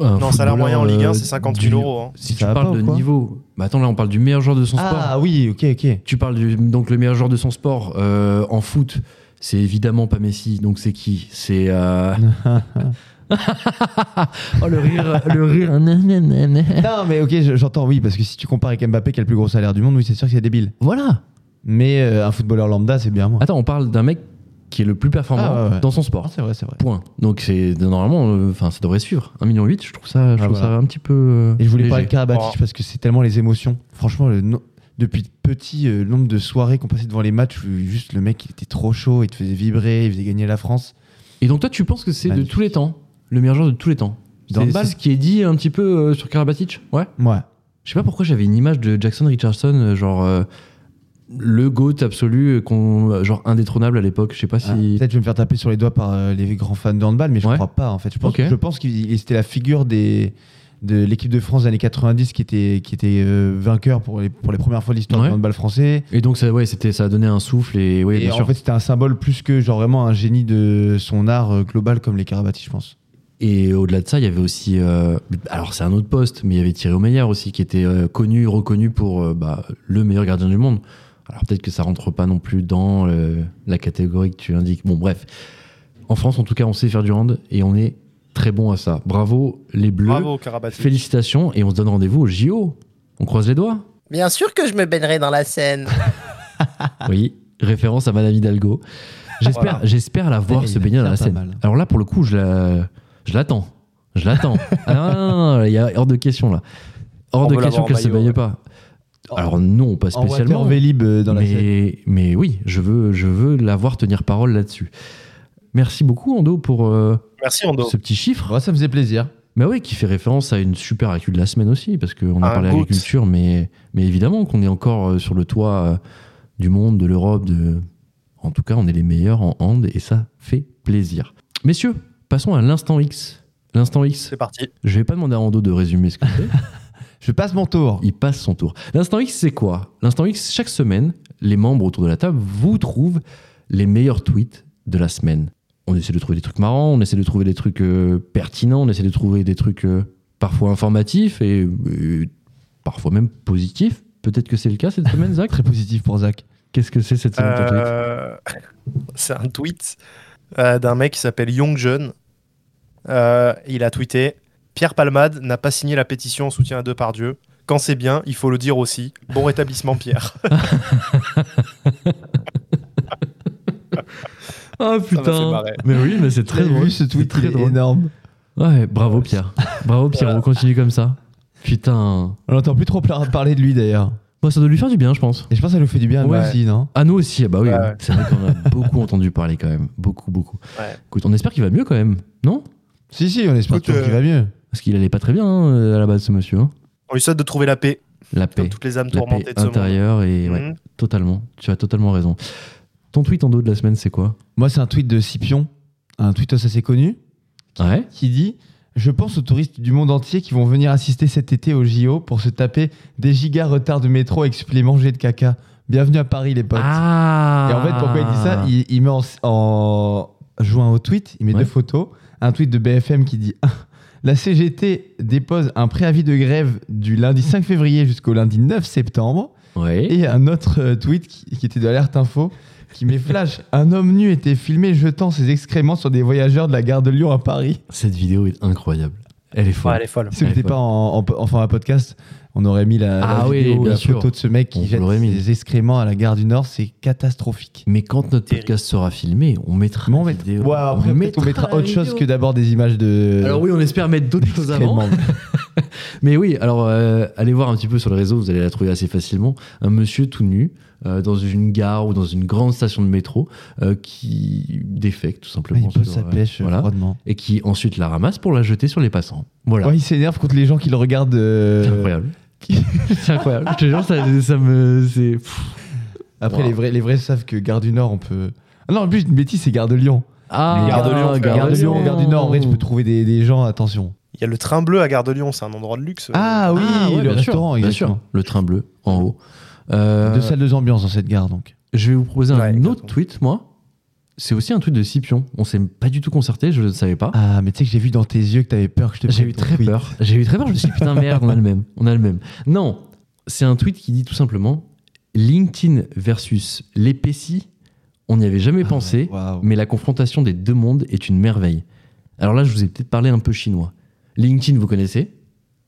A: Un
C: Non, salaire
A: footballeur,
C: moyen en Ligue 1,
A: euh,
C: c'est 50
A: du-
C: 000 euros. hein.
A: Si
B: Ça
A: tu
B: va
A: parles
B: pas ou
A: de
B: quoi
A: niveau. Bah attends, là, on parle du meilleur joueur de son sport.
B: Ah oui, ok, ok.
A: Tu parles du- donc le meilleur joueur de son sport euh, en foot, c'est évidemment pas Messi. Donc c'est qui C'est euh, oh le rire, le rire. nananana.
B: non, mais ok, je- j'entends, oui, parce que si tu compares avec Mbappé qui a le plus gros salaire du monde, oui, c'est sûr que c'est débile.
A: Voilà.
B: Mais euh, un footballeur lambda, c'est bien moi.
A: Attends, on parle d'un mec qui est le plus performant
B: Ah, ouais, ouais.
A: dans son
B: Ah,
A: sport.
B: c'est vrai, c'est vrai.
A: Point. Donc c'est normalement, euh, enfin ça devrait suivre. 1,8 million, je trouve ça, je
B: Ah,
A: trouve
B: voilà.
A: ça un petit peu. euh,
B: Et je voulais
A: léger.
B: parler de Karabatic
C: Oh.
B: parce que c'est tellement les émotions. Franchement, le no- depuis petit, euh, le nombre de soirées qu'on passait devant les matchs, où juste le mec, il était trop chaud, il te faisait vibrer, il faisait gagner la France.
A: Et donc toi, tu penses que c'est de
B: Magnifique.
A: tous les temps, le meilleur joueur de tous les temps
B: Dans
A: C'est-
B: le bal.
A: C'est ce qui est dit un petit peu euh, sur Karabatic Ouais.
B: Ouais.
A: Je sais pas pourquoi j'avais une image de Jackson Richardson, euh, genre euh, le GOAT absolu, euh, qu'on- euh, genre indétrônable à l'époque. Je sais pas
B: Ah,
A: si.
B: Peut-être je vais me faire taper sur les doigts par euh, les grands fans de handball, mais je
A: Ouais.
B: crois pas en fait. Je pense,
A: Ok.
B: je pense qu'il il- c'était la figure des, de l'équipe de France des années 90 qui était, qui était euh, vainqueur pour les, pour les premières fois de l'histoire
A: Ouais.
B: du handball français.
A: Et donc, ça, ouais, c'était- ça a donné un souffle. Et, ouais,
B: et
A: bien
B: en
A: sûr.
B: fait, c'était un symbole plus que genre vraiment un génie de son art euh, global comme les Karabatis, je pense.
A: Et au-delà de ça, il y avait aussi. euh, alors, c'est un autre poste, mais il y avait Thierry Omeyer aussi, qui était euh, connu, reconnu pour euh, bah, le meilleur gardien du monde. Alors, peut-être que ça rentre pas non plus dans euh, la catégorie que tu indiques. Bon, bref. En France, en tout cas, on sait faire du hand et on est très bon à ça. Bravo, les Bleus.
C: Bravo, Karabatic.
A: Félicitations et on se donne rendez-vous au JO. On croise les doigts.
E: Bien sûr que je me baignerai dans la Seine.
A: Oui, référence à Madame Hidalgo. J'espère,
C: Voilà.
A: j'espère la voir
B: Elle
A: se
B: est
A: baigner dans la
B: bien pas
A: Seine.
B: mal.
A: Alors là, pour le coup, je la, je l'attends, je l'attends. Ah non, non, non, non, il y a hors de question là, hors
C: On
A: de
C: veut la
A: question
C: voir en
A: qu'elle se
C: maillot,
A: baigne
C: ouais.
A: pas. Alors non, pas
B: En
A: spécialement.
B: water Vélib euh, dans la scène.
A: mais, mais oui, je veux, je veux la voir tenir parole là-dessus. Merci beaucoup Ando pour euh,
C: Merci, Ando.
A: ce petit chiffre.
B: Ouais, ça me faisait plaisir.
A: Mais Bah oui, qui fait référence à une super actu de la semaine aussi, parce qu'on a
C: Un
A: parlé
C: goat.
A: agriculture, mais, mais évidemment qu'on est encore euh, sur le toit euh, du monde, de l'Europe, de... en tout cas, on est les meilleurs en hand, et ça fait plaisir. Messieurs, passons à l'instant X. L'instant X,
C: C'est parti.
A: je vais pas demander à Rando de résumer ce que c'est,
B: Je passe mon tour.
A: il passe son tour. L'instant X, c'est quoi L'instant X, chaque semaine, les membres autour de la table vous trouvent les meilleurs tweets de la semaine. On essaie de trouver des trucs marrants, on essaie de trouver des trucs euh, pertinents, on essaie de trouver des trucs euh, parfois informatifs et, et parfois même positifs. Peut-être que c'est le cas cette semaine, Zach
B: Très positif pour Zach.
A: Qu'est-ce que c'est cette semaine ton tweet
C: Euh, C'est un tweet euh, d'un mec qui s'appelle Young Jeune. Euh, il a tweeté Pierre Palmade n'a pas signé la pétition en soutien à Depardieu. Quand c'est bien, il faut le dire aussi. Bon rétablissement, Pierre.
A: Ah
C: m'a fait marrer.
A: Mais oui, mais c'est très
B: Très
A: drôle.
B: vu ce
A: c'est
B: tweet,
A: très
B: il est
A: drôle.
B: énorme.
A: Ouais, bravo Pierre. Bravo Pierre, on continue comme ça. Putain.
B: On n'entend plus trop pla- parler de lui d'ailleurs.
A: Bon, ça doit lui faire du bien, je pense.
B: Et je pense que ça nous fait du bien à nous
C: Ouais.
B: aussi, non
A: Ah nous aussi, ah bah oui,
C: Ouais, ouais.
A: c'est vrai qu'on a beaucoup entendu parler quand même, beaucoup, beaucoup.
C: Ouais.
A: Écoute, on espère qu'il va mieux quand même, non
B: Si, si, on espère
C: Écoute,
B: toujours
C: euh,
B: qu'il va mieux.
A: Parce qu'il allait pas très bien hein, à la base ce monsieur. hein.
C: On lui souhaite de trouver la paix,
A: La
C: comme
A: paix,
C: toutes les âmes
A: la paix
C: tourmentées de ce monde.
A: intérieure et ouais,
C: Mhm.
A: totalement. Tu as totalement raison. Ton tweet en dos de la semaine, c'est quoi
B: Moi, c'est un tweet de Scipion, un tweetos assez connu,
A: Ouais.
B: qui dit Je pense aux touristes du monde entier qui vont venir assister cet été au JO pour se taper des gigas retards de métro avec supplé manger de caca. Bienvenue à Paris, les potes.
A: Ah.
B: Et en fait, pourquoi il dit ça il, il met en, en joint au tweet, il met
A: Ouais.
B: deux photos. Un tweet de BFM qui dit Ah, La CGT dépose un préavis de grève du lundi 5 février jusqu'au lundi 9 septembre.
A: Ouais.
B: Et un autre euh, tweet qui, qui était de l'alerte info qui met flash un homme nu était filmé jetant ses excréments sur des voyageurs de la gare de Lyon à Paris.
A: Cette vidéo est incroyable. Elle est folle.
C: Ouais, elle est folle.
B: Si on
A: Ouais,
B: n'était
A: faut-
B: pas en, en, en format podcast, on aurait mis la, la
A: Ah oui,
B: vidéo,
A: bien
B: la
A: sûr.
B: photo de ce mec qui
A: On
B: jette
A: l'aurait mis.
B: ses excréments à la gare du Nord. C'est catastrophique.
A: Mais quand notre
C: Terrible.
A: podcast sera filmé, on mettra.
B: Mais on
A: la
B: mettra-
A: vidéo.
B: Ouais, après,
A: on
B: peut-être on mettra
A: la
B: autre chose
A: vidéo.
B: que d'abord des images de.
A: Alors oui, on espère mettre d'autres choses avant.
B: Clément.
A: Mais oui, alors euh, allez voir un petit peu sur le réseau, vous allez la trouver assez facilement. Un monsieur tout nu euh, dans une gare ou dans une grande station de métro euh, qui défecte tout
B: Ouais,
A: simplement.
B: il pose
A: sur,
B: sa
A: euh,
B: pêche
A: voilà.
B: froidement.
A: et qui ensuite la ramasse pour la jeter sur les passants. Voilà.
B: Ouais, il s'énerve contre les gens qui le regardent. euh,
A: C'est incroyable. c'est incroyable. Je te jure, ça, ça me. C'est. pfff.
B: Après,
A: Wow.
B: les, vrais, les vrais savent que Gare du Nord, on peut. Ah non, en plus, une bêtise, c'est Gare de Lyon.
A: Ah,
C: Mais Gare de Lyon, frère.
B: Gare de Lyon, Gare du Nord, en vrai, tu peux trouver des, des gens, attention.
C: Il y a le train bleu à Gare de Lyon, c'est un endroit de luxe.
B: Ah oui,
A: Ah, ouais,
B: le
A: bien sûr,
B: restaurant,
A: bien
B: exactement.
A: sûr. Le train bleu en haut. Euh,
B: Deux salles, deux ambiances dans cette gare, donc.
A: Je vais vous proposer un
C: Ouais,
A: autre
C: exactement.
A: tweet, moi. C'est aussi un tweet de Scipion. On s'est pas du tout concerté, je ne le savais pas.
B: Ah, mais tu sais que j'ai vu dans tes yeux que t'avais peur que je te
A: J'ai
B: prenne
A: eu
B: ton
A: très
B: tweet.
A: peur. J'ai eu très peur. Je me suis dit, putain, merde, on a le même. On a le même. Non, c'est un tweet qui dit tout simplement LinkedIn versus l'EPC. On n'y avait jamais
B: Ah,
A: pensé,
B: waouh.
A: mais la confrontation des deux mondes est une merveille. Alors là, je vous ai peut-être parlé un peu chinois. LinkedIn, vous connaissez,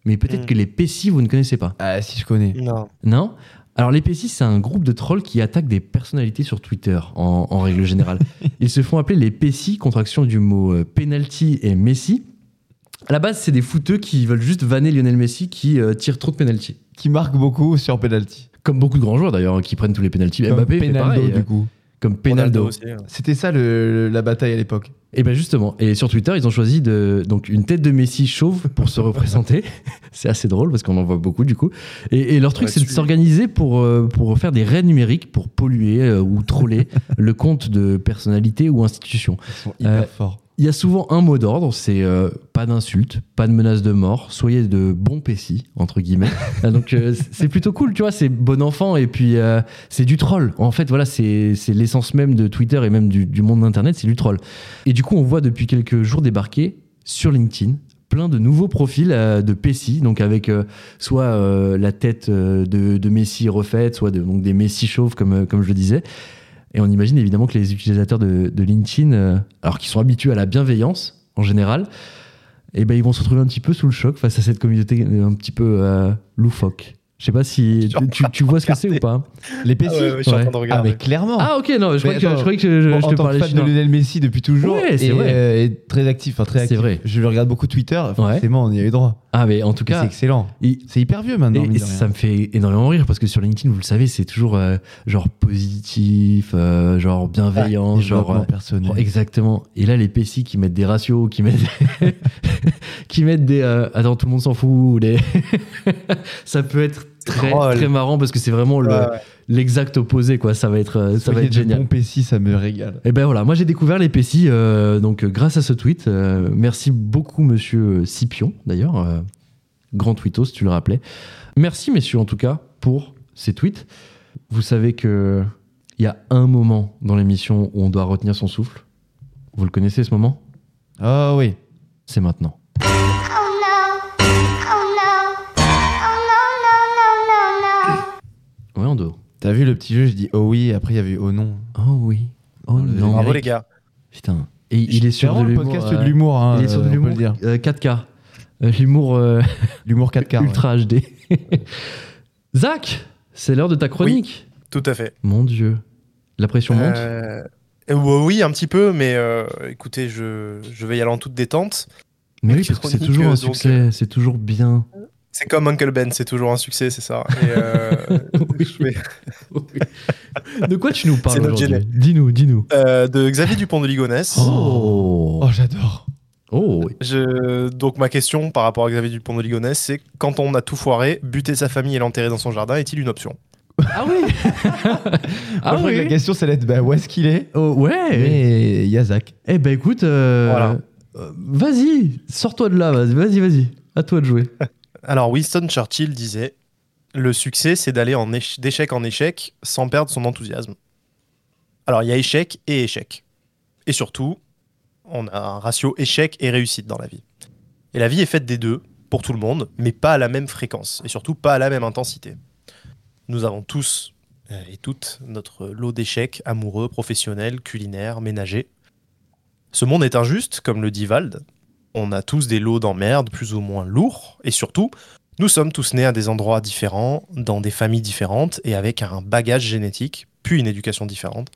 A: mais peut-être
B: Hmm.
C: Mm.
A: que les PC, vous ne connaissez pas.
B: Ah, si je connais.
C: Non.
A: Non Alors les PC, c'est un groupe de trolls qui attaquent des personnalités sur Twitter, en, en règle générale. Ils se font appeler les PC, contraction du mot euh, penalty et Messi. À la base, c'est des fouteux qui veulent juste vanner Lionel Messi qui euh, tire trop de penalty.
B: Qui marque beaucoup sur penalty.
A: Comme beaucoup de grands joueurs d'ailleurs, hein, qui prennent tous les penalties.
B: Comme
A: Mbappé fait
B: Penaldo,
A: pareil, euh,
B: du coup.
A: comme Penaldo.
C: Ronaldo aussi, hein.
B: C'était ça le- la bataille à l'époque.
A: Et bien Eh ben, justement, et sur Twitter, ils ont choisi de, donc une tête de Messi chauve pour se représenter. c'est assez drôle parce qu'on en voit beaucoup du coup. Et, et leur truc, c'est de
C: Là-dessus.
A: s'organiser pour, euh, pour faire des raids numériques pour polluer euh, ou troller le compte de personnalité ou institution.
B: Ils sont hyper
A: Euh,
B: forts.
A: Il y a souvent un mot d'ordre, c'est euh, pas d'insultes, pas de menaces de mort, soyez de bons pessis, entre guillemets. Ah, Donc euh, c'est plutôt cool, tu vois, c'est bon enfant et puis euh, c'est du troll. En fait, voilà, c'est c'est l'essence même de Twitter et même du, du monde d'Internet, c'est du troll. Et du coup, on voit depuis quelques jours débarquer sur LinkedIn plein de nouveaux profils euh, de pessis, donc avec euh, soit euh, la tête euh, de, de Messi refaite, soit de- donc des Messi chauves, comme, euh, comme je le disais. Et on imagine évidemment que les utilisateurs de, de LinkedIn, euh, alors qu'ils sont habitués à la bienveillance en général, eh ben, ils vont se retrouver un petit peu sous le choc face à cette communauté un petit peu euh, loufoque. Je sais pas si
C: Je suis en
A: tu, tu- tu vois ce que c'est ou pas.
B: Les PC
C: ouais, ouais, je suis en
A: ouais.
C: train de
B: Ah,
C: regarder.
B: mais clairement
A: Ah ok, non, je
B: Mais
A: croyais que,
B: attends,
A: je croyais que je,
B: Bon,
A: je
B: en
A: te
B: tant que
A: parlais
B: fan de
A: chinois.
B: Lionel Messi depuis toujours
A: Ouais, c'est
B: et,
A: vrai.
B: euh, et très actif, enfin, très
A: C'est
B: actif.
A: vrai.
B: Je le regarde beaucoup Twitter, forcément on y a eu droit.
A: Ah mais en tout
B: Mais C'est
A: cas,
B: excellent.
A: il-
B: C'est hyper vieux maintenant.
A: Et-
B: mine
A: et
B: de rien.
A: ça me fait énormément rire parce que sur LinkedIn, vous le savez, c'est toujours euh, genre positif, euh, genre bienveillant, genre.
B: Développement
A: euh,
B: personnel.
A: oh, exactement. Et là, les PC qui mettent des ratios, qui mettent, qui mettent des. euh, attends, tout le monde s'en fout. ou les- ça peut être très,
C: Troll.
A: très marrant parce que c'est vraiment le-
C: Ouais, ouais.
A: l'exact opposé, quoi. Ça va être, euh, ça va
B: Soyez
A: être
B: de
A: génial.
B: bons PC, ça me régale.
A: Et ben voilà, moi j'ai découvert les PC euh, donc euh, grâce à ce tweet. Euh, merci beaucoup monsieur euh, Scipion d'ailleurs, euh, grand tweetos, tu le rappelais. Merci messieurs en tout cas pour ces tweets. Vous savez que il y a un moment dans l'émission où on doit retenir son souffle. Vous le connaissez ce moment
B: Ah oui.
A: C'est maintenant. Ouais, on doit.
B: T'as vu le petit jeu, je dis oh oui, et après il y avait oh non.
A: Oh oui. Oh
B: Dans le
A: non.
C: Ah, Bravo
B: Eric.
C: les gars.
A: Putain. Et il est sur
B: vraiment
A: de
B: le
A: l'humour.
B: podcast
A: euh,
B: de l'humour, hein,
A: il est sur de
B: euh, on peut
A: l'humour
B: le dire.
A: euh, 4K. Euh, l'humour euh,
B: L'humour 4K. ouais.
A: ultra HD. Zach, c'est l'heure de ta chronique.
C: Tout à fait.
A: Mon Dieu. La pression monte.
C: Euh, euh, ouais, oui, un petit peu, mais euh, écoutez, je, je vais y aller en toute détente.
A: Mais oui, parce
C: petite
A: que c'est
C: chronique,
A: toujours
C: euh,
A: un
C: donc,
A: succès, c'est toujours bien.
C: C'est comme Uncle Ben, c'est toujours un succès, c'est ça. Et, euh, je vais-
A: De quoi tu nous parles
C: C'est notre
A: aujourd'hui Dis-nous, dis-nous.
C: euh, de Xavier Dupont de Ligonnès.
A: Oh.
B: Oh j'adore.
A: Oh, oui.
C: Je- Donc ma question par rapport à Xavier Dupont de Ligonnès, c'est quand on a tout foiré, buter sa famille et l'enterrer dans son jardin est-il une option
A: Ah oui
B: Moi,
A: Ah
B: je crois que la
A: oui
B: question c'est d'être bah, où est-ce qu'il est
A: Oh, Ouais
B: Mais euh, il y a Zach.
A: Eh ben écoute, euh,
C: Voilà.
A: euh, vas-y, sors-toi de là, vas-y, vas-y, vas-y. À toi de jouer.
C: Alors Winston Churchill disait le succès c'est d'aller en éche- d'échec en échec sans perdre son enthousiasme. Alors il y a échec et échec. Et surtout, on a un ratio échec et réussite dans la vie. Et la vie est faite des deux pour tout le monde, mais pas à la même fréquence et surtout pas à la même intensité. Nous avons tous euh, et toutes notre lot d'échecs amoureux, professionnels, culinaires, ménagers. Ce monde est injuste, comme le dit Vald. On a tous des lots d'emmerdes plus ou moins lourds, et surtout, nous sommes tous nés à des endroits différents, dans des familles différentes et avec un bagage génétique, puis une éducation différente,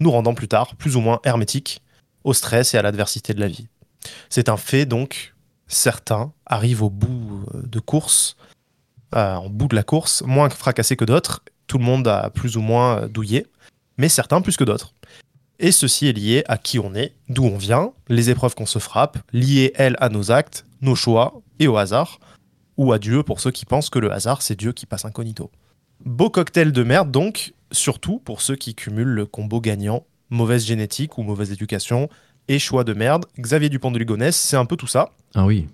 C: nous rendant plus tard plus ou moins hermétiques au stress et à l'adversité de la vie. C'est un fait donc, certains arrivent au bout euh, de course, euh, en bout de la course, moins fracassés que d'autres, tout le monde a plus ou moins euh, douillé, mais certains plus que d'autres. Et ceci est lié à qui on est, d'où on vient, les épreuves qu'on se frappe, liées elles à nos actes, nos choix et au hasard ou à Dieu pour ceux qui pensent que le hasard c'est Dieu qui passe incognito. Beau cocktail de merde donc, surtout pour ceux qui cumulent le combo gagnant, mauvaise génétique ou mauvaise éducation, et choix de merde. Xavier Dupont de Ligonnès, c'est un peu tout ça.
A: Ah oui.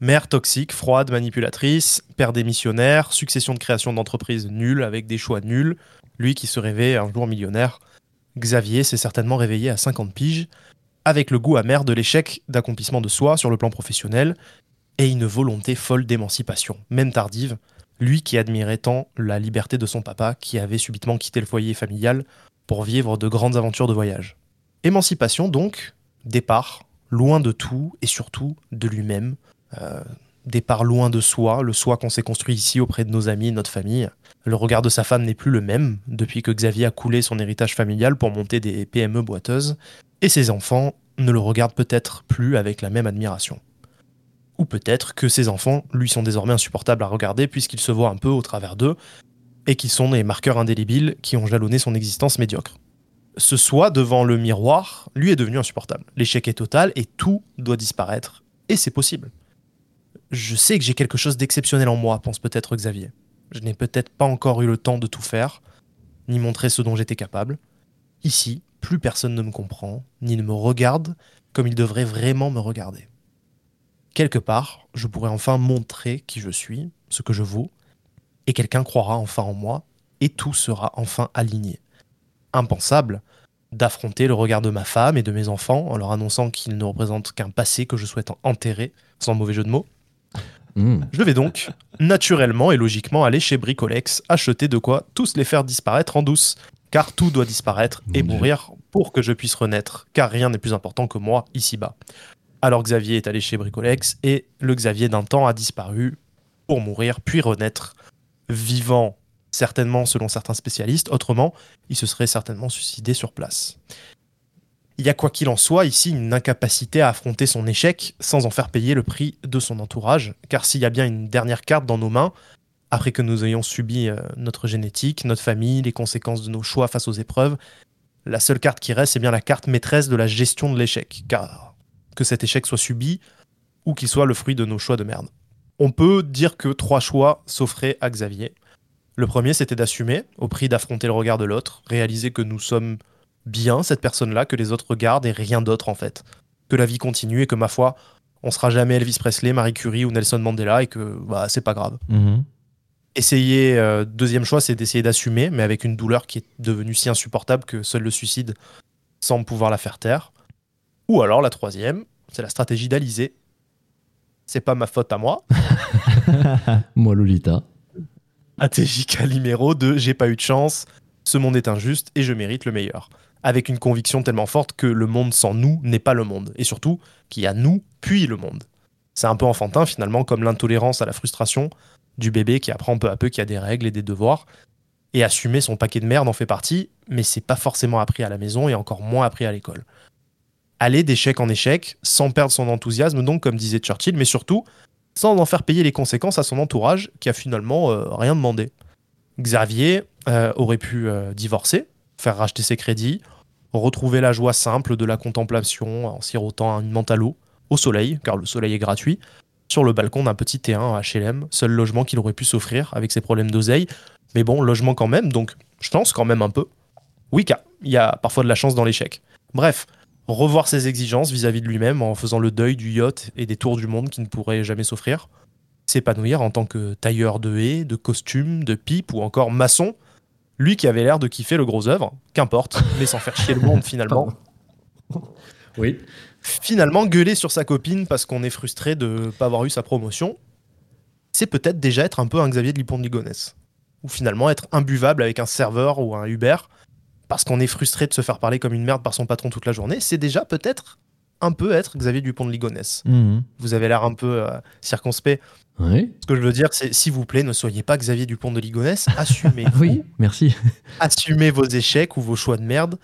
C: Mère toxique, froide, manipulatrice, père démissionnaire, succession de créations d'entreprises nulles avec des choix nuls, lui qui se rêvait un jour millionnaire. Xavier s'est certainement réveillé à 50 piges, avec le goût amer de l'échec d'accomplissement de soi sur le plan professionnel et une volonté folle d'émancipation, même tardive, lui qui admirait tant la liberté de son papa qui avait subitement quitté le foyer familial pour vivre de grandes aventures de voyage. Émancipation donc, départ, loin de tout et surtout de lui-même départ loin de soi, le soi qu'on s'est construit ici auprès de nos amis et de notre famille. Le regard de sa femme n'est plus le même depuis que Xavier a coulé son héritage familial pour monter des PME boiteuses, et ses enfants ne le regardent peut-être plus avec la même admiration. Ou peut-être que ses enfants lui sont désormais insupportables à regarder puisqu'ils se voient un peu au travers d'eux, et qui sont des marqueurs indélébiles qui ont jalonné son existence médiocre. Ce soi devant le miroir, lui est devenu insupportable. L'échec est total et tout doit disparaître, et c'est possible. Je sais que j'ai quelque chose d'exceptionnel en moi, pense peut-être Xavier. Je n'ai peut-être pas encore eu le temps de tout faire, ni montrer ce dont j'étais capable. Ici, plus personne ne me comprend, ni ne me regarde comme il devrait vraiment me regarder. Quelque part, je pourrais enfin montrer qui je suis, ce que je vaux, et quelqu'un croira enfin en moi, et tout sera enfin aligné. Impensable d'affronter le regard de ma femme et de mes enfants en leur annonçant qu'ils ne représentent qu'un passé que je souhaite enterrer, sans mauvais jeu de mots.
A: Hmm.
C: Je vais donc, naturellement et logiquement, aller chez Bricolex, acheter de quoi tous les faire disparaître en douce. Car tout doit disparaître et
A: Mon Dieu.
C: mourir pour que je puisse renaître, car rien n'est plus important que moi ici-bas. Alors Xavier est allé chez Bricolex et le Xavier d'un temps a disparu pour mourir puis renaître, vivant, certainement selon certains spécialistes, autrement, il se serait certainement suicidé sur place. Il y a quoi qu'il en soit ici une incapacité à affronter son échec sans en faire payer le prix de son entourage, car s'il y a bien une dernière carte dans nos mains, après que nous ayons subi euh, notre génétique, notre famille, les conséquences de nos choix face aux épreuves, la seule carte qui reste, c'est bien la carte maîtresse de la gestion de l'échec, car que cet échec soit subi ou qu'il soit le fruit de nos choix de merde. On peut dire que trois choix s'offraient à Xavier. Le premier, c'était d'assumer, au prix d'affronter le regard de l'autre, réaliser que nous sommes bien cette personne-là que les autres regardent et rien d'autre en fait. Que la vie continue et que ma foi, on sera jamais Elvis Presley, Marie Curie ou Nelson Mandela et que bah c'est pas grave.
B: Mm-hmm.
C: Essayer euh, deuxième choix, c'est d'essayer d'assumer mais avec une douleur qui est devenue si insupportable que seul le suicide semble pouvoir la faire taire. Ou alors la troisième, c'est la stratégie d'Alizé. C'est pas ma faute à moi.
A: Moi, Lolita.
C: ATJ Calimero de J'ai pas eu de chance, ce monde est injuste et je mérite le meilleur. Avec une conviction tellement forte que le monde sans nous n'est pas le monde, et surtout qu'il y a nous puis le monde. C'est un peu enfantin finalement, comme l'intolérance à la frustration du bébé qui apprend peu à peu qu'il y a des règles et des devoirs. Et assumer son paquet de merde en fait partie, mais c'est pas forcément appris à la maison et encore moins appris à l'école. Aller d'échec en échec, sans perdre son enthousiasme, donc comme disait Churchill, mais surtout sans en faire payer les conséquences à son entourage qui a finalement euh, rien demandé. Xavier euh, aurait pu euh, divorcer, faire racheter ses crédits, retrouver la joie simple de la contemplation en sirotant une mentalo au soleil, car le soleil est gratuit, sur le balcon d'un petit T1 à HLM, seul logement qu'il aurait pu s'offrir avec ses problèmes d'oseille. Mais bon, logement quand même, donc je pense quand même un peu. Oui, car il y a parfois de la chance dans l'échec. Bref, revoir ses exigences vis-à-vis de lui-même en faisant le deuil du yacht et des tours du monde qui ne pourrait jamais s'offrir, s'épanouir en tant que tailleur de haies, de costumes, de pipe ou encore maçon, lui qui avait l'air de kiffer le gros œuvre, qu'importe, mais sans faire chier le monde finalement.
A: Oui.
C: Finalement, gueuler sur sa copine parce qu'on est frustré de pas avoir eu sa promotion, c'est peut-être déjà être un peu un Xavier de Lippon de Ligonnès. Ou finalement être imbuvable avec un serveur ou un Uber parce qu'on est frustré de se faire parler comme une merde par son patron toute la journée, c'est déjà peut-être un peu être Xavier Dupont de Ligonnès.
A: Mm-hmm.
C: Vous avez l'air un peu euh, circonspect.
A: Oui.
C: Ce que je veux dire, c'est s'il vous plaît, ne soyez pas Xavier Dupont de Ligonnès, assumez,
A: Oui, merci.
C: assumez vos échecs ou vos choix de merde,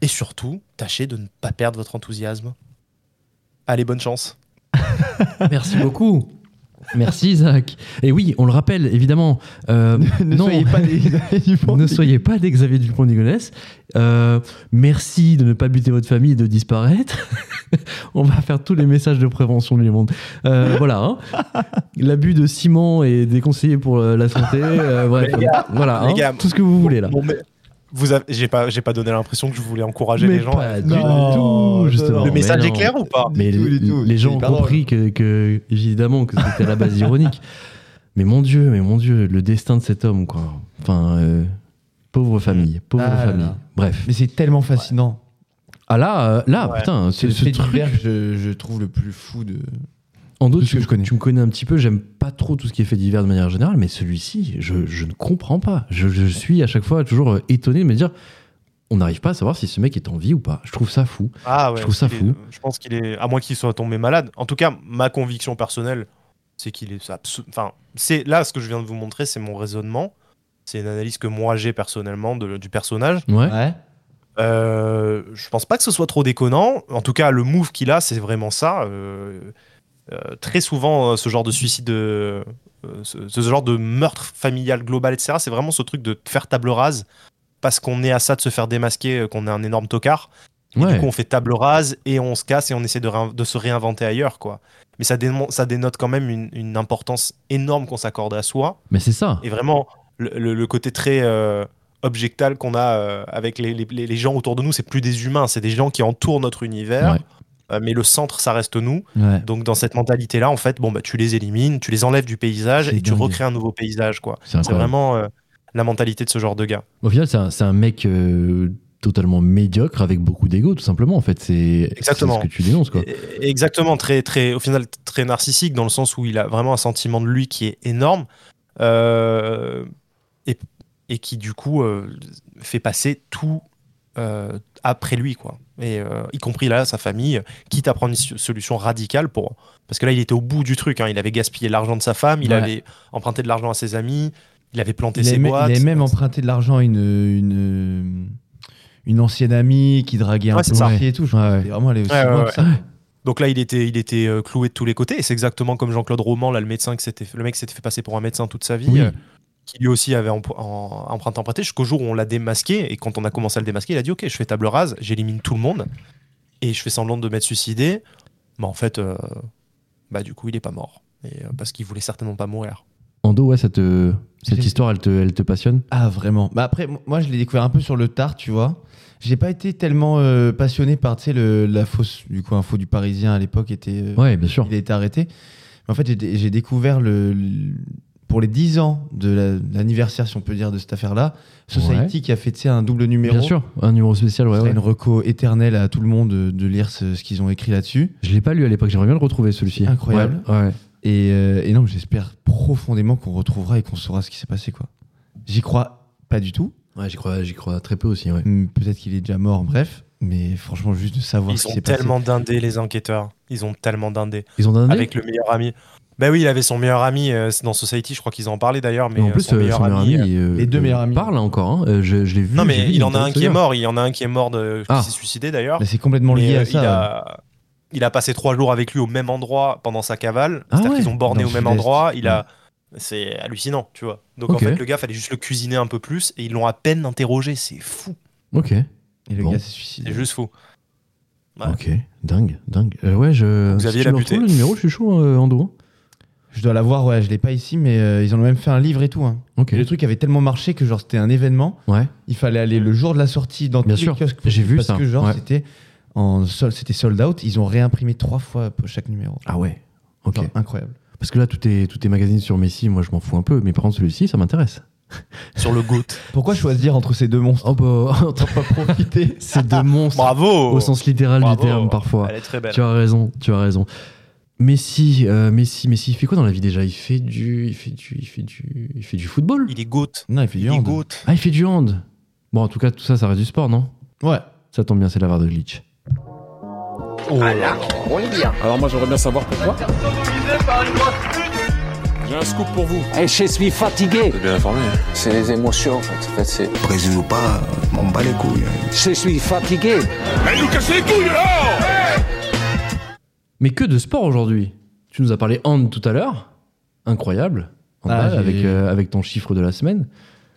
C: et surtout, tâchez de ne pas perdre votre enthousiasme. Allez, bonne chance.
A: Merci beaucoup. Merci Isaac. Et oui, on le rappelle, évidemment. euh,
B: ne
A: non,
B: soyez pas des du monde.
A: ne soyez pas des Xavier Dupont Ligonnès. Euh, merci de ne pas buter votre famille et de disparaître. on va faire tous les messages de prévention du monde. Euh, voilà. hein. L'abus de ciment est déconseillé pour euh, la santé. euh, bref,
C: Les gars,
A: voilà.
C: les
A: hein,
C: gars,
A: tout ce que vous voulez là.
C: Bon, mais vous avez- j'ai pas, j'ai pas donné l'impression que je voulais encourager
A: Mais
C: les gens.
A: pas du
B: Non,
A: tout, justement.
B: non,
C: Le
A: Mais
C: message est
A: non.
C: clair ou pas
A: Mais
B: Du Oh, tout,
A: les,
B: du tout.
A: les gens ont
B: Pardon.
A: compris que, que, évidemment, que c'était à la base ironique. Mais mon Dieu, mais mon Dieu, le destin de cet homme, quoi. Enfin, euh, pauvre famille, pauvre
B: Ah là
A: famille.
B: là.
A: Bref.
B: Mais c'est tellement fascinant.
A: Ah là, euh, là,
C: Ouais.
A: putain,
B: C'est
A: c'est
B: le
A: ce
B: fait
A: truc.
B: divers que je, je trouve le plus fou de.
A: En d'autres,
B: tout ce
A: tu,
B: que je connais.
A: tu me connais un petit peu, j'aime pas trop tout ce qui est fait divers de manière générale, mais celui-ci, je, je ne comprends pas. Je, je suis à chaque fois toujours euh, étonné de me dire, on n'arrive pas à savoir si ce mec est en vie ou pas. Je trouve ça fou.
C: Ah ouais,
A: Je trouve ça
C: il est-
A: fou.
C: Je pense qu'il est, à moins qu'il soit tombé malade. En tout cas, ma conviction personnelle, c'est qu'il est, abso- enfin, c'est là ce que je viens de vous montrer, c'est mon raisonnement, c'est une analyse que moi j'ai personnellement de- du personnage.
A: Ouais.
C: Euh, je pense pas que ce soit trop déconnant. En tout cas, le move qu'il a, c'est vraiment ça. Euh, euh, très souvent, euh, ce genre de suicide, euh, euh, ce, ce genre de meurtre familial global, etc., c'est vraiment ce truc de te faire table rase parce qu'on est à ça de se faire démasquer, euh, qu'on est un énorme tocard. Et
A: Ouais.
C: du coup, on fait table rase et on se casse et on essaie de, réin- de se réinventer ailleurs, quoi. Mais ça, démon- ça dénote quand même une, une importance énorme qu'on s'accorde à soi.
A: Mais c'est ça.
C: Et vraiment, le, le- le côté très euh, objectale qu'on a euh, avec les, les- les- les gens autour de nous. C'est plus des humains, c'est des gens qui entourent notre univers.
A: Ouais.
C: Euh, mais le centre, ça reste nous.
B: Ouais.
C: Donc dans cette mentalité-là, en fait, bon bah tu les élimines, tu les enlèves du paysage
B: C'est
C: et tu
B: dingue.
C: recrées un nouveau paysage, quoi.
A: C'est
C: C'est
A: incroyable.
C: vraiment euh, la mentalité de ce genre de gars.
A: Au final, c'est un, c'est un mec euh, totalement médiocre avec beaucoup d'ego, tout simplement. En fait, c'est c'est
C: Exactement.
A: ce que tu dénonces, quoi.
C: Et- Exactement, très, très, au final très narcissique dans le sens où il a vraiment un sentiment de lui qui est énorme euh, et, et qui du coup euh, fait passer tout euh, après lui quoi. Et euh, y compris là sa famille, quitte à prendre une so- solution radicale pour parce que là il était au bout du truc. hein. Il avait gaspillé l'argent de sa femme, il
A: Ouais.
C: avait emprunté de l'argent à ses amis, il avait planté
B: Il
C: ses
B: avait, même- il
C: boîtes.
B: avait même emprunté de l'argent à une, une, une ancienne amie qui draguait un
C: Ouais,
B: peu
C: c'est ça.
B: aussi et tout. Genre, il est Vraiment, elle est aussi
C: Ouais, ouais,
B: loin que
C: ouais.
B: ça.
C: Donc là, il était, il était euh, cloué de tous les côtés. Et c'est exactement comme Jean-Claude Roman, là, le médecin que s'était, le mec qui s'était fait passer pour un médecin toute sa vie,
A: Oui.
C: euh, qui lui aussi avait empr- en- emprunté, emprunté, jusqu'au jour où on l'a démasqué. Et quand on a commencé à le démasquer, il a dit Ok, je fais table rase, j'élimine tout le monde et je fais semblant de m'être suicidé. Mais en fait, euh, bah du coup, il est pas mort. Et, euh, parce qu'il voulait certainement pas mourir.
A: Ando, ouais, ça te, cette
B: C'est-
A: histoire, elle te, elle te passionne
B: Ah, vraiment. Bah après, m- moi, je l'ai découvert un peu sur le tard, tu vois. J'ai pas été tellement euh, passionné par, tu sais, le- la fausse, du coup, info du Parisien à l'époque était. euh,
A: Ouais, bien sûr.
B: Il a été arrêté. Mais en fait, j'ai- j'ai découvert le, le- pour les 10 ans de la- l'anniversaire, si on peut dire, de cette affaire-là, Society qui a fait tu sais, un double numéro.
A: Bien sûr, un numéro spécial, ouais.
B: C'est
A: ouais.
B: une reco éternelle à tout le monde de, de lire ce, ce qu'ils ont écrit là-dessus.
A: Je l'ai pas lu à l'époque, j'aimerais bien le retrouver celui-ci.
B: C'est incroyable.
A: Ouais, ouais.
B: Et, euh, et non, mais j'espère profondément qu'on retrouvera et qu'on saura ce qui s'est passé. quoi. J'y crois pas du tout.
A: Ouais, j'y crois, j'y crois très peu aussi, ouais.
B: Hum, Peut-être qu'il est déjà mort, bref. Mais franchement, juste de savoir ce
C: Ils
B: qui
C: ont
B: s'est passé.
C: tellement dindé, les enquêteurs. Ils ont tellement dindé.
A: Ils ont donné
C: Avec le meilleur ami. Bah oui, il avait son meilleur ami euh, dans Society, je crois qu'ils en parlaient d'ailleurs. Mais
A: en
C: euh,
A: plus,
C: son
A: euh,
C: meilleur ami. euh,
A: euh,
B: les deux
A: euh,
B: meilleurs amis.
A: parle encore, hein. Euh, je, je l'ai vu.
C: Non,
A: j'ai
C: mais
A: vu,
C: il en
A: était
C: a un qui est
A: bien.
C: mort. Il y en a un qui est mort, de,
A: Ah.
C: qui s'est suicidé d'ailleurs.
B: Mais C'est complètement
C: Mais,
B: lié
C: euh,
B: à ça.
C: Il a, il a passé trois jours avec lui au même endroit pendant sa cavale.
A: Ah
C: C'est-à-dire
A: ouais,
C: qu'ils ont borné
B: dans
C: au
B: le
C: même
B: sud-est.
C: endroit. Il a, c'est hallucinant, tu vois. Donc
A: Mm. Ok.
C: en fait, le gars, fallait juste le cuisiner un peu plus et ils l'ont à peine interrogé. C'est fou.
A: Ok,
B: Et le
A: Bon.
B: gars s'est suicidé.
C: C'est juste fou. Ouais.
A: ok, dingue, dingue. Euh, ouais, je.
C: Vous
A: si
C: aviez
A: tu
C: la
A: me
C: butée.
A: retrouves le numéro, je suis chaud, euh, Ando.
B: Je dois l'avoir, ouais, je l'ai pas ici, mais euh, ils en ont même fait un livre et tout. hein.
A: Ok.
B: Et Le truc avait tellement marché que genre c'était un événement.
A: Mm. Ouais.
B: Il fallait aller le jour de la sortie dans
A: Bien
B: tous
A: sûr,
B: les kiosques.
A: j'ai vu
B: parce
A: ça,
B: que genre
A: ouais.
B: c'était en sol, c'était sold out. Ils ont réimprimé trois fois pour chaque numéro.
A: Ah ouais. Ok.
B: Genre, incroyable.
A: Parce que là, tout est, tout est magazine sur Messi, moi je m'en fous un peu, mais par contre celui-ci, ça m'intéresse.
C: Sur le goût.
B: Pourquoi choisir entre ces deux monstres
A: Oh bah, on t'en pas profiter. Ces deux monstres,
C: Bravo.
A: au sens littéral
C: Bravo.
A: du terme parfois.
C: Elle est très belle.
A: Tu as raison, tu as raison. Messi, euh, Messi, Messi, il fait quoi dans la vie déjà Il fait du, il fait du, il fait du, il fait du football.
C: Il est goat.
B: Non, il fait
C: Il
B: du
C: est
B: hand.
C: goat.
A: Ah, il fait du hand. Bon, en tout cas, tout ça, ça reste du sport, non
B: Ouais.
A: Ça tombe bien, c'est la barre de glitch.
C: Oh là là.
E: On y vient.
G: Alors moi j'aimerais bien savoir pourquoi. J'ai un scoop pour vous.
H: Et Eh, je suis fatigué.
G: Bien informé. hein.
H: C'est les émotions, en fait. En fait, c'est-
I: Brésil ou pas, on bat les couilles. hein.
H: Je suis fatigué.
F: hein?
A: Mais que de sport aujourd'hui Tu nous as parlé hand tout à l'heure, incroyable. Handball
B: j'ai-
A: avec euh, avec ton chiffre de la semaine.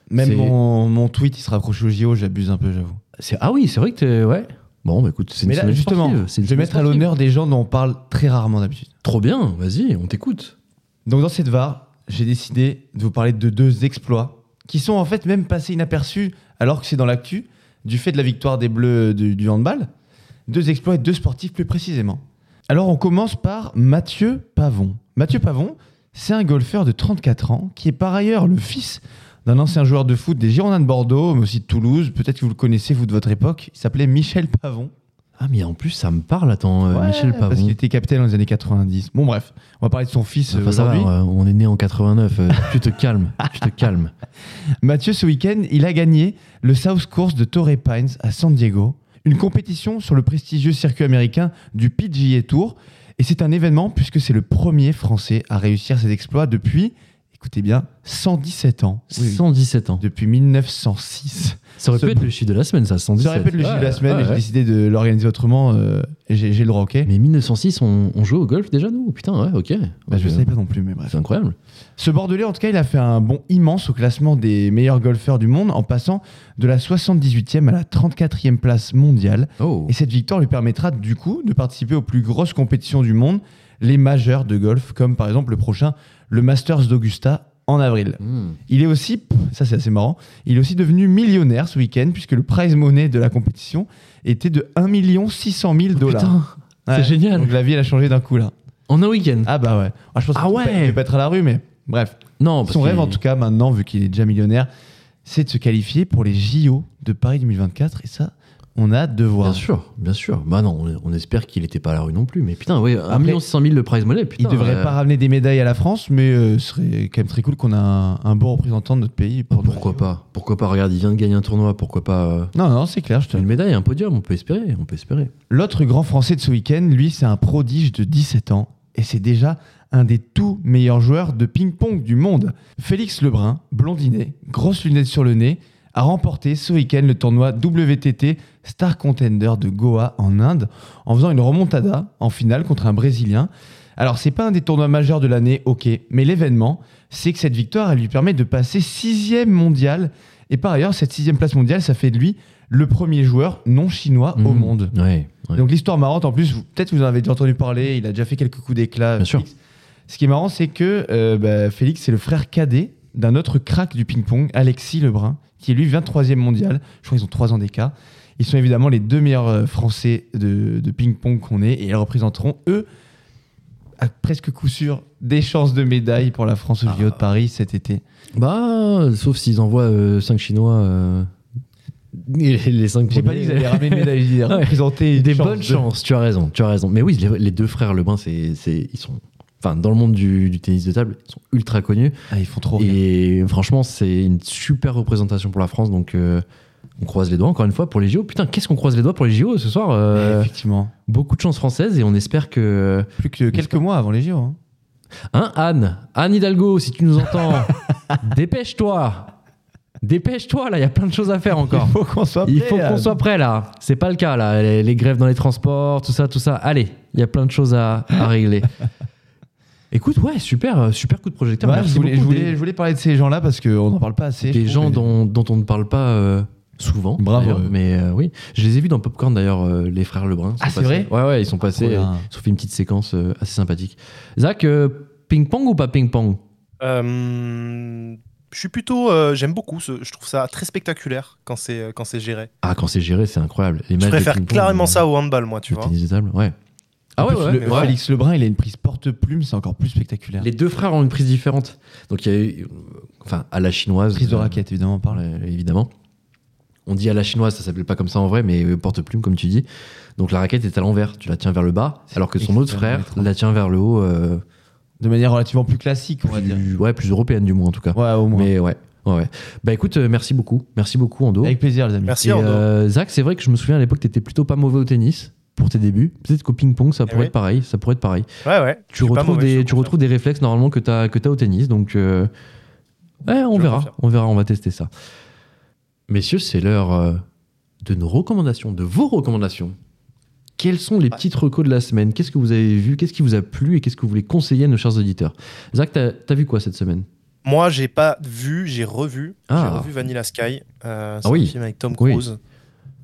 B: Même
A: C'est-
B: mon, mon tweet, il se rapproche au JO. J'abuse un peu, j'avoue.
A: C'est ah oui, c'est vrai que t'es- ouais. Bon, bah écoute, c'est une
B: Mais là,
A: semaine
B: justement,
A: sportive,
B: je
A: c'est une
B: vais
A: semaine
B: mettre à
A: sportive.
B: l'honneur des gens dont on parle très rarement d'habitude.
A: Trop bien, vas-y, on t'écoute.
B: Donc dans cette VAR, j'ai décidé de vous parler de deux exploits qui sont en fait même passés inaperçus alors que c'est dans l'actu du fait de la victoire des Bleus du, du handball. Deux exploits et deux sportifs plus précisément. Alors on commence par Mathieu Pavon. Mathieu Pavon, c'est un golfeur de 34 ans qui est par ailleurs le fils d'un ancien joueur de foot des Girondins de Bordeaux, mais aussi de Toulouse. Peut-être que vous le connaissez, vous, de votre époque. Il s'appelait Michel Pavon.
A: Ah mais en plus ça me parle, attends, euh,
B: Ouais,
A: Michel Pavon.
B: Parce qu'il était capitaine dans les années 90. Bon bref, on va parler de son fils
A: Enfin, ça va,
B: aujourd'hui.
A: euh, on est né en 89. euh, tu te calmes, tu te calmes.
B: Mathieu, ce week-end, il a gagné le South Course de Torrey Pines à San Diego, une compétition sur le prestigieux circuit américain du PGA Tour. Et c'est un événement puisque c'est le premier Français à réussir cet exploit depuis, écoutez bien, 117 ans. Oui, oui.
A: 117 ans.
B: Depuis 1906.
A: Ça aurait
B: Ce-
A: pu être le chiffre de la semaine, ça, 117.
B: Ça répète le chiffre de la
A: Ouais,
B: semaine
A: ouais,
B: et j'ai
A: ouais.
B: décidé de l'organiser autrement. euh, et j'ai j'ai le droit, ok
A: Mais 1906, on, on jouait au golf déjà, nous Putain, ouais, ok.
B: Bah, Je ne
A: Ok.
B: savais pas non plus, mais bref.
A: C'est incroyable.
B: Ce Bordelais, en tout cas, il a fait un bond immense au classement des meilleurs golfeurs du monde en passant de la 78e à la 34e place mondiale.
A: Oh.
B: Et cette victoire lui permettra du coup de participer aux plus grosses compétitions du monde, les majeures de golf, comme par exemple le prochain, le Masters d'Augusta en avril.
A: Hmm.
B: Il est aussi, ça c'est assez marrant, il est aussi devenu millionnaire ce week-end puisque le prize money de la compétition était de 1 600 000 dollars.
A: Oh, Putain, c'est génial.
B: Donc la vie elle a changé d'un coup là.
A: En un week-end.
B: Ah bah ouais. Ah, je pense
A: Ah
B: qu'il peut
A: ouais.
B: pas- il peut pas être à la rue mais bref.
A: non, parce
B: Son rêve
A: qu'il-
B: en tout cas maintenant vu qu'il est déjà millionnaire, c'est de se qualifier pour les JO de Paris 2024 et ça on a hâte de voir.
A: Bien sûr, bien sûr. Bah non, on, on espère qu'il n'était pas à la rue non plus. Mais putain, ouais, 1 million 600 000 le prize money.
B: Il
A: Putain,
B: devrait
A: euh,
B: pas ramener des médailles à la France, mais euh, ce serait quand même très cool qu'on a un, un bon représentant de notre pays. pour-
A: Pourquoi pas Pourquoi pas Regarde, il vient de gagner un tournoi. Pourquoi pas euh,
B: Non, non, c'est clair, je te
A: une médaille, un podium On peut espérer, on peut espérer.
B: L'autre grand français de ce week-end, lui, c'est un prodige de 17 ans et c'est déjà un des tout meilleurs joueurs de ping-pong du monde. Félix Lebrun, blondinet, grosses lunettes sur le nez, a remporté ce week-end le tournoi WTT Star Contender de Goa en Inde en faisant une remontada en finale contre un Brésilien. Alors, c'est pas un des tournois majeurs de l'année, ok, mais l'événement, c'est que cette victoire, elle lui permet de passer sixième mondial. Et par ailleurs, cette sixième place mondiale, ça fait de lui le premier joueur non chinois au
A: Mhm.
B: monde.
A: Ouais, ouais.
B: Donc l'histoire marrante, en plus, vous- peut-être vous en avez déjà entendu parler, il a déjà fait quelques coups d'éclat.
A: Bien sûr.
B: Félix. Ce qui est marrant, c'est que euh, bah, Félix, c'est le frère cadet d'un autre crack du ping-pong, Alexis Lebrun, qui est lui 23e mondial. Je crois qu'ils ont 3 ans d'écart. Ils sont évidemment les deux meilleurs euh, Français de, de ping-pong qu'on ait et ils représenteront, eux, à presque coup sûr, des chances de médaille pour la France aux JO de Paris cet été.
A: Bah, sauf s'ils envoient 5 Chinois. euh, et les 5
B: J'ai pas dit qu'ils allaient ramener une médaille, j'ai dit
A: Ouais.
B: représenter
A: Des
B: une chance
A: bonnes
B: de-
A: chances, tu as raison, tu as raison. Mais oui, les, les deux frères Lebrun, c'est, c'est, ils sont, enfin, dans le monde du, du tennis de table, ils sont ultra connus.
B: Ah, ils font trop rire.
A: et euh, franchement, c'est une super représentation pour la France. Donc, euh, on croise les doigts encore une fois pour les JO. Putain, qu'est-ce qu'on croise les doigts pour les JO ce soir euh,
B: Effectivement.
A: Beaucoup de chance française et on espère que. euh,
B: Plus que quelques mois avant les JO. hein.
A: Hein, Anne Anne Hidalgo, si tu nous entends, dépêche-toi Dépêche-toi, là, il y a plein de choses à faire encore.
B: Il faut qu'on soit
A: Il
B: prêt
A: faut
B: à-
A: qu'on soit prêt là. C'est pas le cas là. Les, les grèves dans les transports, tout ça, tout ça. Allez, il y a plein de choses à, à régler. Écoute, ouais, super, euh, super coup de projecteur.
B: Ouais,
A: Merci
B: je, voulais, je
A: beaucoup
B: voulais-
A: des-
B: je voulais parler de ces gens-là parce qu'on n'en parle pas assez.
A: des
B: je
A: gens
B: trouve.
A: dont, dont on ne parle pas euh, souvent.
B: Bravo,
A: d'ailleurs,
B: eux.
A: Mais euh, oui, je les ai vus dans Popcorn d'ailleurs, euh, les frères Lebrun.
B: Ah,
A: Ils sont
B: c'est
A: passés- Ouais, ouais, ils sont
B: Trop
A: passés. euh,
B: bien.
A: Ils ont fait une petite séquence euh, assez sympathique. Zach, euh, ping-pong ou pas ping-pong
C: Euh, je suis plutôt. euh, J'aime beaucoup. ce- je trouve ça très spectaculaire quand c'est euh, quand c'est géré.
A: Ah, quand c'est géré, c'est incroyable. Les
C: Je
A: matchs de
C: préfère
A: ping-pong,
C: clairement
A: euh,
C: ça au handball, moi, tu
A: le
C: vois.
A: tennis de table, ouais. Ah
B: En
A: ouais,
B: plus,
A: ouais,
B: le-
A: ouais.
B: Félix Lebrun, il a une prise porte-plume, c'est encore plus spectaculaire.
A: Les deux frères ont une prise différente. Donc il y a eu, euh, enfin, à la chinoise.
B: prises de
A: euh,
B: raquette, évidemment, on parle.
A: euh, évidemment. On dit à la chinoise, ça s'appelle pas comme ça en vrai, mais euh, porte-plume, comme tu dis. Donc la raquette est à l'envers, tu la tiens vers le bas,
B: C'est
A: alors que son autre
B: extrêmement
A: frère
B: étrange.
A: la tient vers le haut, euh,
B: De manière relativement plus classique, on va dire.
A: plus, ouais, plus européenne du moins en tout cas.
B: Ouais, au moins.
A: mais oh. ouais, ouais, ouais. Bah écoute, euh, merci beaucoup, merci beaucoup Ando.
B: Avec plaisir, les amis.
C: Merci,
A: Et,
C: Ando.
A: euh, Zach, c'est vrai que je me souviens à l'époque, t'étais plutôt pas mauvais au tennis pour tes débuts. Peut-être qu'au ping-pong, ça
C: Eh
A: pourrait
C: oui.
A: être pareil, ça pourrait être pareil.
C: Ouais, ouais. Je
A: Tu
C: suis pas
A: retrouves,
C: mauvais,
A: des,
C: je te
A: tu
C: confirme.
A: retrouves des réflexes normalement que tu as, que t'as au tennis. Donc, euh, ouais, on
C: Je
A: verra.
C: confirme.
A: On verra, on va tester ça. Messieurs, c'est l'heure euh, de nos recommandations, de vos recommandations. Quels sont les petites recos de la semaine Qu'est-ce que vous avez vu Qu'est-ce qui vous a plu Et qu'est-ce que vous voulez conseiller à nos chers auditeurs Zach, t'as as vu quoi cette semaine
C: Moi, j'ai pas vu, j'ai revu.
A: Ah.
C: J'ai revu Vanilla Sky. euh, c'est
A: Ah oui.
C: un film avec Tom
A: Oui.
C: Cruise,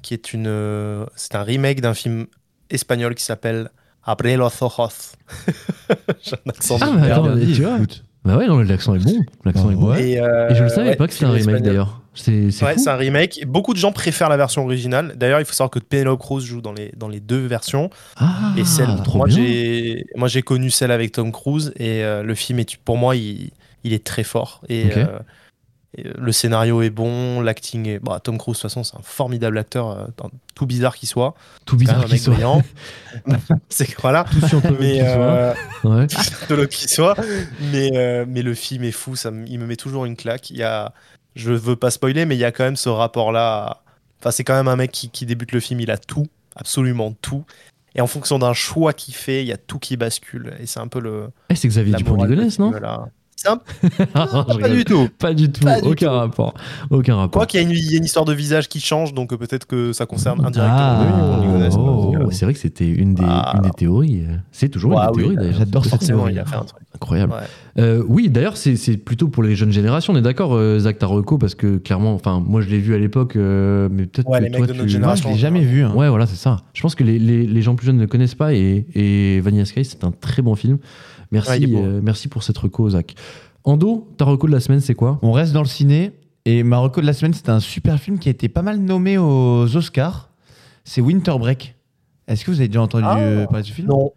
C: qui est une. euh, c'est un remake d'un film espagnol qui s'appelle Abre los ojos. j'ai un accent.
A: Ah,
C: de
A: mais
C: merde.
A: attends, tu vois. Bah ouais, non, l'accent est bon. L'accent
B: Bah
A: est bon.
B: ouais.
C: Et, euh,
A: Et je le savais
C: ouais,
A: pas que c'était
C: film
A: un remake
C: espagnol.
A: d'ailleurs. C'est c'est
C: Ouais,
A: fou.
C: c'est un remake. Et Beaucoup de gens préfèrent la version originale. D'ailleurs, il faut savoir que Penelope Cruz joue dans les, dans les deux versions.
A: Ah,
C: et celle,
A: trop
C: moi,
A: bien.
C: j'ai, moi, j'ai connu celle avec Tom Cruise. Et euh, le film, est, pour moi, il, il est très fort. Et,
A: Ok.
C: euh, et, euh, le scénario est bon, l'acting est. Bah, Tom Cruise, de toute façon, c'est un formidable acteur, euh, dans- tout bizarre qu'il soit.
A: Tout
C: C'est quand
A: bizarre
C: même un
A: qu'il
C: mec
A: soit.
C: brillant. c'est que voilà.
A: Tout sur peu
C: Mais,
A: qu'il soit.
C: euh,
A: Ouais.
C: de l'autre qui soit. Mais, euh, mais le film est fou, ça, me- il me met toujours une claque. Il y a, je veux pas spoiler, mais il y a quand même ce rapport-là. à- Enfin, c'est quand même un mec qui, qui débute le film, il a tout, absolument tout. Et en fonction d'un choix qu'il fait, il y a tout qui bascule. Et c'est un peu le.
A: Eh, c'est Xavier
C: la morale de
A: Dupont-Ligonesse,
C: ce
A: non
C: film-là. C'est un-
A: Ah, je
C: pas
A: rigole.
C: du tout.
A: Pas du tout,
C: Pas du
A: aucun
C: tout.
A: rapport. Aucun rapport.
C: Quoi qu'il y, a une- il y a une histoire de visage qui change, donc euh, peut-être que ça concerne indirectement
B: Ah,
C: Xavier Dupont-Ligonesse,
A: oh,
C: parce que-
A: c'est vrai que c'était une des,
C: Ah.
A: une des théories. C'est toujours une
C: Ah
A: des
C: oui,
A: théories d'ailleurs.
B: J'adore cette
C: Forcément,
B: théorie.
C: il a fait un truc.
A: Incroyable.
C: Ouais.
A: Euh, oui, d'ailleurs, c'est c'est plutôt pour les jeunes générations, on est d'accord, euh, Zach Tarocco, parce que clairement, enfin, moi je l'ai vu à l'époque, euh, mais peut-être
C: Ouais,
A: que
C: les mecs
A: toi
C: de
A: tu.
C: notre
B: Moi,
C: génération.
B: je l'ai jamais vu. hein.
A: Ouais, voilà, c'est ça. Je pense que les, les- les gens plus jeunes ne le connaissent pas et, et Vanilla Sky, c'est un très bon film. Merci,
C: Ouais, il est beau.
A: euh, merci pour cette reco, Zach. Ando, ta reco de la semaine, c'est quoi
B: On reste dans le ciné. Et ma reco de la semaine, c'est un super film qui a été pas mal nommé aux Oscars. C'est Winter Break. Est-ce que vous avez déjà entendu
C: Ah,
B: euh, parler de ce film
C: Non.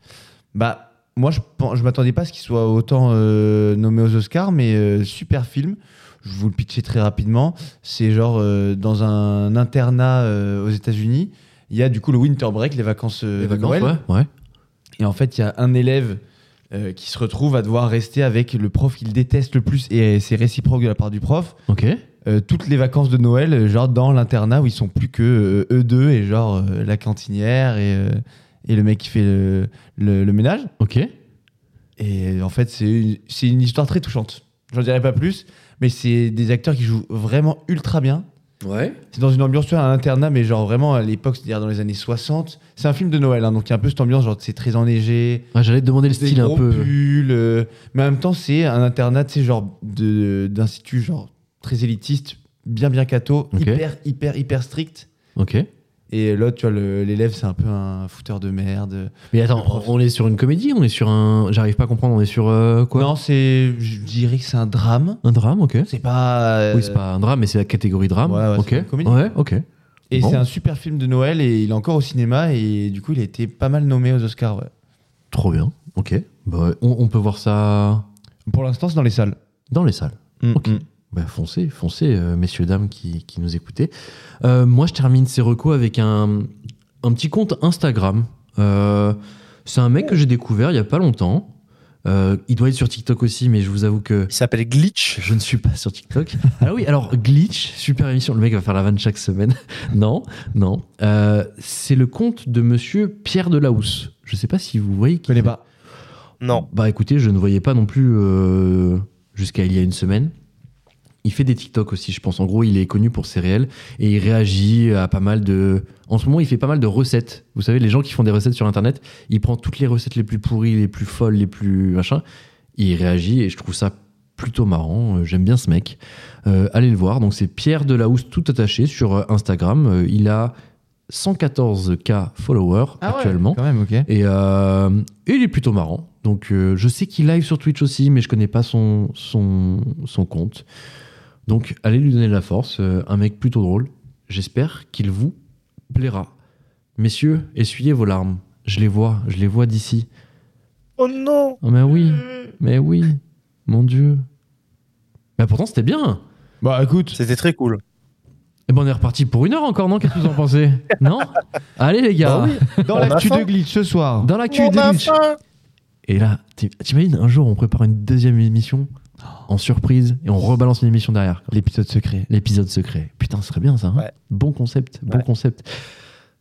B: Bah, moi, je ne je m'attendais pas à ce qu'il soit autant euh, nommé aux Oscars, mais euh, super film. Je vous le pitcher très rapidement. C'est genre euh, dans un internat euh, aux États-Unis. Il y a du coup le winter break, les vacances, euh, de Noël.
A: ouais. ouais.
B: Et en fait, il y a un élève euh, qui se retrouve à devoir rester avec le prof qu'il déteste le plus, et c'est réciproque de la part du prof,
A: Ok.
B: euh, toutes les vacances de Noël, euh, genre dans l'internat où ils sont plus que euh, eux deux, et genre euh, la cantinière et, euh, et le mec qui fait le, le- le ménage.
A: Ok.
B: Et en fait, c'est une, c'est une histoire très touchante. J'en dirai pas plus, mais c'est des acteurs qui jouent vraiment ultra bien.
A: Ouais.
B: C'est dans une ambiance, tu vois, un internat, mais genre vraiment à l'époque, c'est-à-dire dans les années 60. C'est un film de Noël, hein, donc il y a un peu cette ambiance, genre c'est très enneigé,
A: Ah, J'allais te demander le
B: des
A: style un
B: gros
A: peu.
B: pulls, euh, mais en même temps, c'est un internat, tu sais, genre de- d'institut, genre très élitiste, bien, bien catho,
A: Ok.
B: hyper, hyper, hyper strict.
A: Ok.
B: Et l'autre, tu vois, le- l'élève, c'est un peu un fouteur de merde.
A: Mais attends, on est sur une comédie, on est sur un. J'arrive pas à comprendre, on est sur euh, quoi
B: non, c'est. Je dirais que c'est un drame.
A: Un drame, ok.
B: C'est pas. euh,
A: Oui, c'est pas un drame, mais c'est la catégorie drame.
B: ouais, ouais,
A: ok.
B: c'est une comédie.
A: Ouais, ok.
B: Et
A: Bon.
B: c'est un super film de Noël et il est encore au cinéma et du coup il a été pas mal nommé aux Oscars. ouais.
A: Trop bien. Ok. Bah, ouais, on, on peut voir ça
B: Pour l'instant c'est dans les salles.
A: dans les salles. Ok.
B: Mm.
A: Bah, foncez, foncez, euh, messieurs, dames qui, qui nous écoutez. Euh, moi, je termine ces recos avec un, un petit compte Instagram. Euh, c'est un mec que j'ai découvert il y a pas longtemps. Euh, il doit être sur TikTok aussi, mais je vous avoue que
C: Il s'appelle Glitch.
A: Je ne suis pas sur TikTok. Ah oui, alors Glitch, super émission. Le mec va faire la vanne chaque semaine. Non, non. Euh, c'est le compte de monsieur Pierre Delahousse. Je ne sais pas si vous voyez.
B: Je
A: Qui
B: connais pas.
C: Non.
A: Bah écoutez, je ne voyais pas non plus euh, jusqu'à il y a une semaine. Il fait des TikTok aussi, je pense. En gros, il est connu pour ses réels et il réagit à pas mal de. En ce moment, il fait pas mal de recettes. Vous savez, les gens qui font des recettes sur Internet, il prend toutes les recettes les plus pourries, les plus folles, les plus machin. Il réagit et je trouve ça plutôt marrant. Euh, J'aime bien ce mec. Euh, allez le voir. Donc c'est Pierre Delahousse tout attaché sur euh, Instagram. Euh, il a 114k followers actuellement.
B: Quand même, ok.
A: Et, euh, et il est plutôt marrant. Donc euh, je sais qu'il live sur Twitch aussi, mais je connais pas son, son, son compte. Donc allez lui donner de la force. euh, un mec plutôt drôle. J'espère qu'il vous plaira. Messieurs, essuyez vos larmes. Je les vois, je les vois d'ici.
C: Oh non
A: Oh, mais oui, mais oui, mon Dieu. Mais pourtant c'était bien.
B: Bah écoute,
C: C'était très cool.
A: Et ben on est reparti pour une heure encore, non Qu'est-ce que vous en pensez Non Allez les gars,
B: dans
C: On a
B: l'actu
C: faim.
B: de Glitch ce soir.
A: dans l'actu des Glitch. Et là, t'im- t'imagines, un jour, on prépare une deuxième émission en surprise et on rebalance une émission derrière.
B: L'épisode secret.
A: L'épisode secret. Putain, ce serait bien ça. hein
C: Ouais.
A: Bon concept, bon
C: Ouais.
A: concept.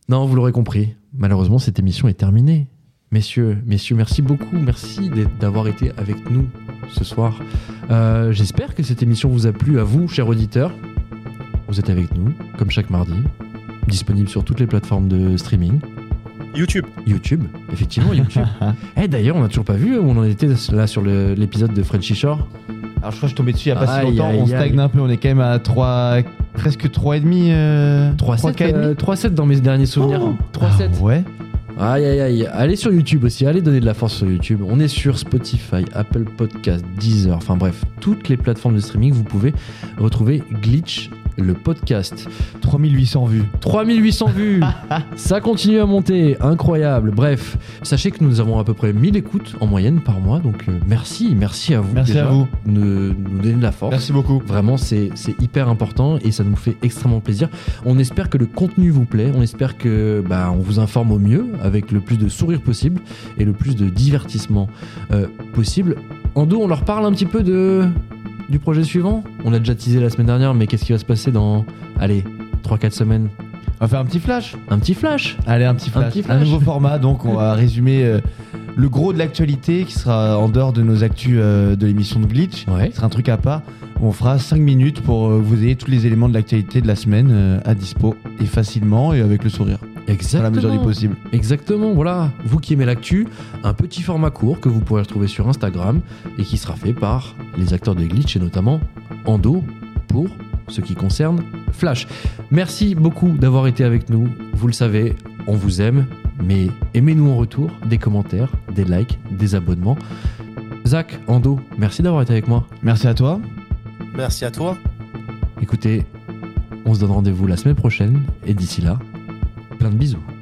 A: Non, vous l'aurez compris. Malheureusement, cette émission est terminée. Messieurs, messieurs, merci beaucoup. Merci d'être- d'avoir été avec nous ce soir. Euh, J'espère que cette émission vous a plu, à vous, chers auditeurs. Vous êtes avec nous, comme chaque mardi, disponible sur toutes les plateformes de streaming.
C: YouTube.
A: YouTube, effectivement YouTube. Eh d'ailleurs, on n'a toujours pas vu où on en était là sur le- l'épisode de Frenchy Shore.
B: Alors je crois que je suis tombé dessus il y a pas
A: Aïe,
B: si longtemps.
A: aïe,
B: on
A: aïe.
B: stagne un peu, on est quand même à 3, presque 3,5. Euh,
A: 3-7
B: 3,4 et demi.
A: euh, 3-7 dans mes derniers souvenirs.
B: Oh.
A: 3-7.
B: Ah ouais.
A: Aïe aïe aïe, allez sur YouTube aussi, allez donner de la force sur YouTube. On est sur Spotify, Apple Podcast, Deezer, enfin bref, toutes les plateformes de streaming, vous pouvez retrouver Glitch le podcast.
B: 3800 vues.
A: 3800 vues, ça continue à monter, incroyable. Bref, sachez que nous avons à peu près 1000 écoutes en moyenne par mois, donc euh, merci, merci à vous.
B: Merci
A: déjà
B: à vous.
A: De nous donner de la force.
B: Merci beaucoup.
A: Vraiment, c'est c'est hyper important et ça nous fait extrêmement plaisir. On espère que le contenu vous plaît. On espère que bah, on vous informe au mieux avec le plus de sourires possible et le plus de divertissement euh, possible. Ando, on leur parle un petit peu de du projet suivant. On l'a déjà teasé la semaine dernière, mais qu'est-ce qui va se passer dans allez 3-4 semaines
B: On va faire un petit flash.
A: Un petit flash.
B: Allez, un petit flash.
A: petit flash.
B: nouveau format, donc on va résumer euh, le gros de l'actualité qui sera en dehors de nos actus euh, de l'émission de Glitch.
A: Ouais.
B: Ce sera un truc à part. On fera 5 minutes pour euh, que vous ayez tous les éléments de l'actualité de la semaine euh, à dispo et facilement et avec le sourire, dans la
A: Exactement.
B: mesure du possible.
A: Exactement, voilà. Vous qui aimez l'actu, un petit format court que vous pourrez retrouver sur Instagram et qui sera fait par les acteurs de Glitch et notamment Ando pour ce qui concerne Flash. Merci beaucoup d'avoir été avec nous. Vous le savez, on vous aime, mais aimez-nous en retour, des commentaires, des likes, des abonnements. Zach, Ando, merci d'avoir été avec moi.
B: Merci à toi.
C: Merci à toi.
A: Écoutez, on se donne rendez-vous la semaine prochaine et d'ici là, plein de bisous.